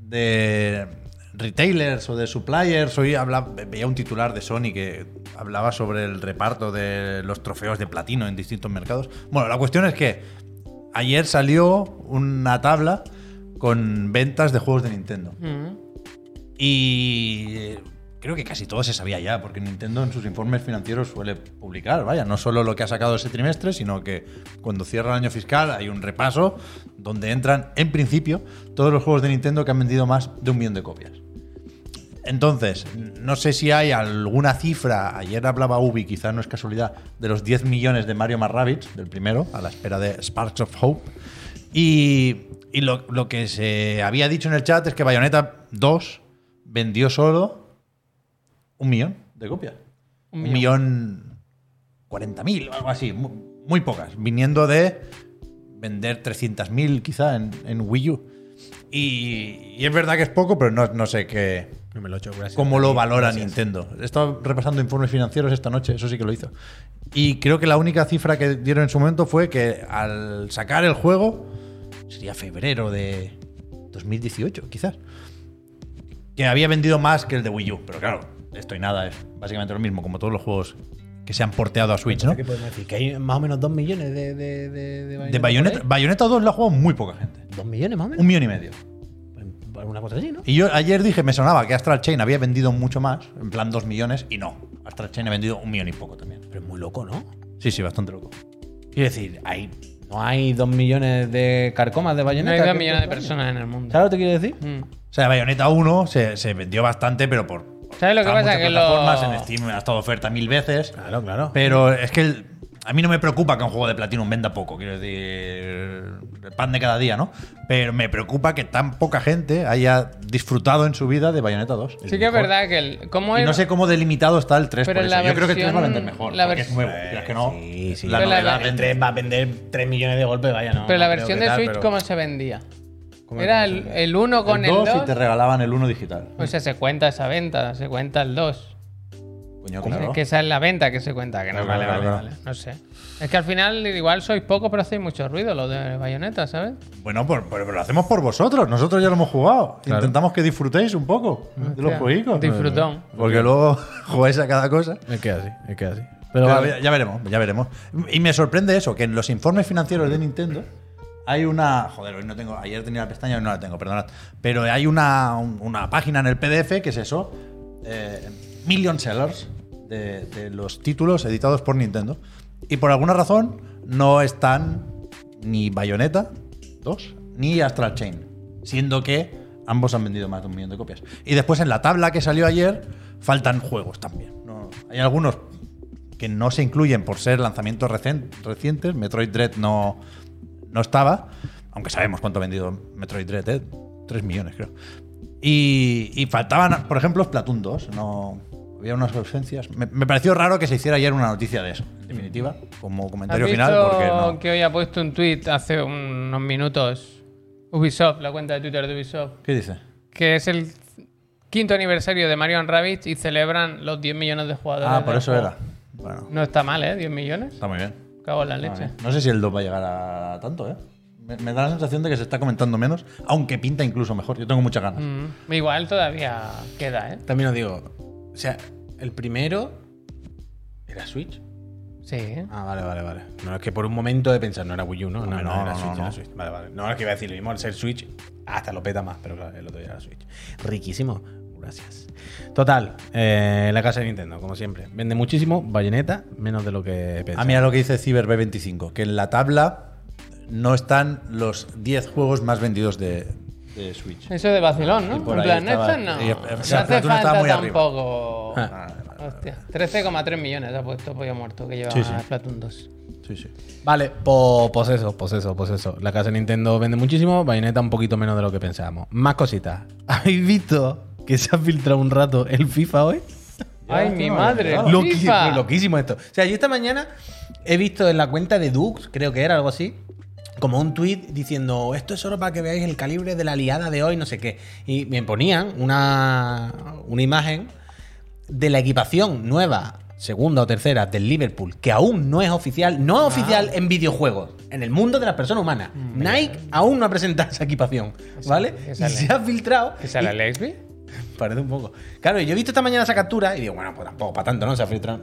Speaker 2: de retailers o de suppliers. Hoy habla, veía un titular de Sony que hablaba sobre el reparto de los trofeos de platino en distintos mercados. Bueno, la cuestión es que ayer salió una tabla con ventas de juegos de Nintendo.
Speaker 3: Mm.
Speaker 2: Y eh, creo que casi todo se sabía ya, porque Nintendo en sus informes financieros suele publicar, vaya, no solo lo que ha sacado ese trimestre, sino que cuando cierra el año fiscal hay un repaso donde entran, en principio, todos los juegos de Nintendo que han vendido más de un millón de copias. Entonces, no sé si hay alguna cifra, ayer hablaba Ubi, quizás no es casualidad, de los 10 millones de Mario más Rabbids, del primero, a la espera de Sparks of Hope. Y, y lo, lo que se había dicho en el chat es que Bayonetta 2 vendió solo un millón de copias.
Speaker 3: Un
Speaker 2: Un, millón cuarenta mil o algo así, mu- muy, pocas, viniendo de vender 300.000 quizá en, en Wii U. Y, y es verdad que es poco, pero no, no sé qué,
Speaker 4: Me lo he hecho, gracias.
Speaker 2: cómo lo valora
Speaker 4: Gracias.
Speaker 2: Nintendo. He estado repasando informes financieros esta noche, eso sí que lo hizo. Y creo que la única cifra que dieron en su momento fue que al sacar el juego, sería febrero de 2018, quizás, que había vendido más que el de Wii U. Pero claro, esto y nada, es básicamente lo mismo, como todos los juegos que se han porteado a Switch, ¿no?
Speaker 4: ¿Qué podemos decir? Que hay más o menos 2 millones de, de, de, de
Speaker 2: De Bayonetta, Bayonetta 2 la ha jugado muy poca gente.
Speaker 4: 2 millones más o menos.
Speaker 2: Un millón y medio.
Speaker 4: Alguna cosa así, ¿no?
Speaker 2: Y yo ayer dije, me sonaba que Astral Chain había vendido mucho más, en plan 2 millones, y no. Astral Chain ha vendido un millón y poco también.
Speaker 4: Pero es muy loco, ¿no?
Speaker 2: Sí, sí, bastante loco.
Speaker 4: Quiero decir, hay, no hay 2 millones de carcomas de
Speaker 3: No
Speaker 4: Bayonetta.
Speaker 3: hay dos
Speaker 4: que-
Speaker 3: millones de personas en el mundo.
Speaker 4: ¿Sabes lo que quiero decir?
Speaker 3: Mm.
Speaker 2: O sea, Bayonetta 1 se, se vendió bastante, pero por.
Speaker 3: ¿Sabes lo que
Speaker 2: para
Speaker 3: pasa?
Speaker 2: muchas
Speaker 3: Que lo-
Speaker 2: plataformas, En Steam ha estado oferta mil veces.
Speaker 4: Claro, claro.
Speaker 2: Pero es que el- a mí no me preocupa que un juego de Platinum venda poco, quiero decir, el pan de cada día, ¿no? Pero me preocupa que tan poca gente haya disfrutado en su vida de Bayonetta 2.
Speaker 3: Sí que es verdad que el. ¿Cómo
Speaker 2: Y
Speaker 3: es?
Speaker 2: no sé cómo delimitado está el 3
Speaker 3: Pero
Speaker 2: por
Speaker 3: la
Speaker 2: eso. Yo creo que el 3 va a
Speaker 3: versión-
Speaker 2: vender mejor.
Speaker 3: la
Speaker 2: porque es
Speaker 3: vers-
Speaker 2: nuevo, quieras que no.
Speaker 4: Sí, sí.
Speaker 2: La
Speaker 3: Pero la-
Speaker 2: novedad
Speaker 3: la-
Speaker 6: El
Speaker 2: vende.
Speaker 6: 3 va a vender 3 millones de golpes, vaya, no.
Speaker 3: pero la
Speaker 4: creo
Speaker 3: versión
Speaker 4: que
Speaker 3: de
Speaker 4: tal,
Speaker 3: Switch,
Speaker 4: pero-
Speaker 3: ¿cómo se vendía?
Speaker 4: ¿Cómo
Speaker 3: Era
Speaker 4: es que
Speaker 3: el,
Speaker 4: se ve?
Speaker 3: el 1 con
Speaker 2: el
Speaker 3: el
Speaker 2: 2 y
Speaker 3: 2.
Speaker 2: te regalaban el 1 digital.
Speaker 3: O sea, se cuenta esa venta, se cuenta el 2.
Speaker 2: Coño,
Speaker 3: Es
Speaker 2: claro.
Speaker 3: que esa es la venta que se cuenta, que no,
Speaker 2: Claro,
Speaker 3: vale,
Speaker 2: claro,
Speaker 3: vale,
Speaker 2: claro.
Speaker 3: vale. No sé. Es que al final igual sois pocos, pero hacéis mucho ruido lo de bayoneta, ¿sabes?
Speaker 2: Bueno, por- por- pero lo hacemos por vosotros. Nosotros ya lo hemos jugado.
Speaker 4: Claro.
Speaker 2: Intentamos que disfrutéis un poco de los
Speaker 3: Hostia,
Speaker 2: juegos.
Speaker 3: Disfrutón.
Speaker 2: Porque luego jugáis a cada cosa.
Speaker 4: Es que así, es que así.
Speaker 2: Pero
Speaker 4: Pero vale.
Speaker 2: ya, ya veremos, ya veremos. Y me sorprende eso, que en los informes financieros de Nintendo hay una. Joder, hoy no tengo. Ayer tenía la pestaña y no la tengo, perdonad. Pero hay una, un- una página en el PDF que es eso: eh, Million Sellers de, de los títulos editados por Nintendo. Y por alguna razón no están ni Bayonetta 2 ni Astral Chain, siendo que ambos han vendido más de un millón de copias. Y después en la tabla que salió ayer faltan juegos también. No, hay algunos que no se incluyen por ser lanzamientos recen- recientes. Metroid Dread no, no estaba, aunque sabemos cuánto ha vendido Metroid Dread, ¿eh? 3 millones creo. Y, y faltaban, por ejemplo, Splatoon 2, no, había unas ausencias. Me, me pareció raro que se hiciera ayer una noticia de eso, en definitiva, como
Speaker 3: ¿Has
Speaker 2: comentario
Speaker 3: visto
Speaker 2: final, porque no.
Speaker 3: que hoy ha puesto un tweet hace unos minutos Ubisoft, la cuenta de Twitter de Ubisoft,
Speaker 2: ¿Qué dice?
Speaker 3: que es el quinto aniversario de Mario Rabbit y celebran los 10 millones de jugadores.
Speaker 2: Ah, por
Speaker 3: del
Speaker 2: eso
Speaker 3: juego.
Speaker 2: era. Bueno,
Speaker 3: No está mal, ¿eh? 10 millones.
Speaker 2: está muy bien.
Speaker 3: Cago en la leche.
Speaker 2: Vale. No sé si el 2 va a llegar a tanto, ¿eh? Me, me da la sensación de que se está comentando menos, aunque pinta incluso mejor. Yo tengo muchas ganas.
Speaker 3: Mm, Igual todavía queda, ¿eh?
Speaker 4: También os digo, o sea, el primero era Switch.
Speaker 3: Sí. ¿eh?
Speaker 4: Ah, vale, vale, vale. No, es que por un momento he pensado, no era Wii U, ¿no? No, no,
Speaker 2: Hombre, no, no,
Speaker 4: era Switch,
Speaker 2: no,
Speaker 4: era
Speaker 2: no.
Speaker 4: Switch. Vale, vale. No, es que iba a decir lo mismo, al ser Switch, hasta lo peta más, pero claro, el otro ya era Switch. Riquísimo. Gracias. Total, eh, la casa de Nintendo, como siempre. Vende muchísimo, bayoneta, menos de lo que pensaba.
Speaker 2: Ah, mira lo que dice Cyber B25, que en la tabla no están los 10 juegos más vendidos de, de Switch.
Speaker 3: Eso de vacilón, ¿no?
Speaker 2: Y por
Speaker 3: en
Speaker 2: ahí
Speaker 3: plan,
Speaker 2: estaba-
Speaker 3: esto no.
Speaker 2: y- o
Speaker 3: no
Speaker 2: sea,
Speaker 3: hace
Speaker 2: Platoon estaba
Speaker 3: falta
Speaker 2: muy arriba.
Speaker 3: tampoco.
Speaker 4: Ah.
Speaker 3: Hostia. 13,3 millones ha puesto Pollo Muerto que lleva
Speaker 2: Sí, sí.
Speaker 3: Splatoon 2.
Speaker 2: Sí, sí.
Speaker 4: Vale, po- pues eso, pues eso, pues eso. La casa de Nintendo vende muchísimo, Bayonetta un poquito menos de lo que pensábamos. Más cositas. ¿Habéis visto que se ha filtrado un rato el FIFA hoy?
Speaker 3: Ay, mi madre. el
Speaker 4: Loqui-
Speaker 3: FIFA.
Speaker 4: pues loquísimo esto. O sea, yo esta mañana he visto en la cuenta de Dux, creo que era algo así, como un tweet diciendo, esto es solo para que veáis el calibre de la liada de hoy, no sé qué. Y me ponían una, una imagen de la equipación nueva, segunda o tercera del Liverpool, que aún no es oficial, no es oficial en videojuegos, en el mundo de las personas humanas. Nike aún no ha presentado esa equipación, ¿vale?
Speaker 3: que
Speaker 4: Y
Speaker 3: sale-
Speaker 4: se ha filtrado.
Speaker 3: ¿Esa
Speaker 4: y-
Speaker 3: la Lesbi?
Speaker 4: Parece un poco. Claro, y yo he visto esta mañana esa captura y digo, bueno, pues tampoco para tanto, ¿no? Se ha filtrado.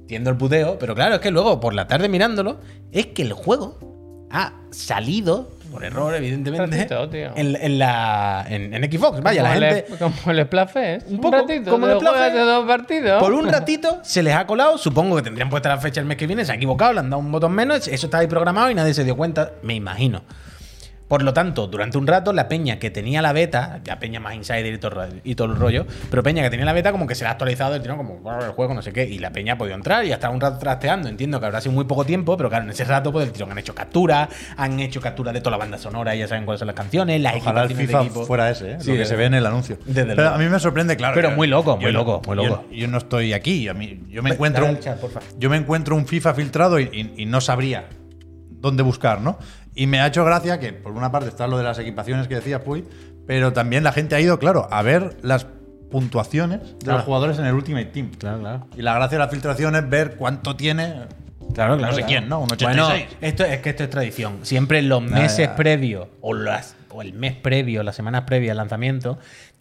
Speaker 4: Entiendo el puteo, pero claro, es que luego por la tarde mirándolo, es que el juego ha salido, por error, evidentemente,
Speaker 3: ratito, tío.
Speaker 4: en, en la, en, en Xbox. Vaya, la gente.
Speaker 3: como les place,
Speaker 4: Un poco
Speaker 3: ratito,
Speaker 4: como
Speaker 3: te
Speaker 4: el
Speaker 3: lo juegas
Speaker 4: Plafe,
Speaker 3: de dos partidos.
Speaker 4: Por un ratito se les ha colado, supongo que tendrían puesta la fecha el mes que viene, se ha equivocado, le han dado un botón menos, eso estaba ahí programado y nadie se dio cuenta, me imagino. Por lo tanto, durante un rato, la peña que tenía la beta, la peña más insider y todo, el rollo- y todo el rollo, pero peña que tenía la beta como que se la ha actualizado, el tío como "Buah, el juego, no sé qué, y la peña ha podido entrar y ha estado un rato trasteando. Entiendo que habrá sido muy poco tiempo, pero claro, en ese rato, pues el tirón han hecho capturas, han hecho capturas de toda la banda sonora, y ya saben cuáles son las canciones, las
Speaker 2: Ojalá el
Speaker 4: equipaciones
Speaker 2: FIFA
Speaker 4: de equipo.
Speaker 2: fuera ese, ¿eh?
Speaker 4: Sí,
Speaker 2: lo que
Speaker 4: desde
Speaker 2: se ve en el anuncio.
Speaker 4: desde
Speaker 2: Pero
Speaker 4: luego.
Speaker 2: a mí me sorprende, claro.
Speaker 4: Pero
Speaker 2: yo-
Speaker 4: muy loco, muy
Speaker 2: yo no-
Speaker 4: loco, muy loco.
Speaker 2: Yo, yo no estoy aquí. Yo, a mí- yo me
Speaker 4: Ve,
Speaker 2: encuentro
Speaker 4: dale
Speaker 2: un,
Speaker 4: al chat, porfa.
Speaker 2: yo me encuentro un FIFA filtrado y, y- y no sabría dónde buscar, ¿no? Y me ha hecho gracia que por una parte está lo de las equipaciones que decías, Puy, pero también la gente ha ido, claro, a ver las puntuaciones de
Speaker 4: Claro.
Speaker 2: los jugadores en el Ultimate Team.
Speaker 4: Claro, claro.
Speaker 2: Y la gracia de la filtración es ver cuánto tiene.
Speaker 4: Claro,
Speaker 2: No sé quién, ¿no? Un 86.
Speaker 4: Bueno, esto, es que esto es tradición. Siempre en los meses previos o, las, o el mes previo, las semanas previas al lanzamiento,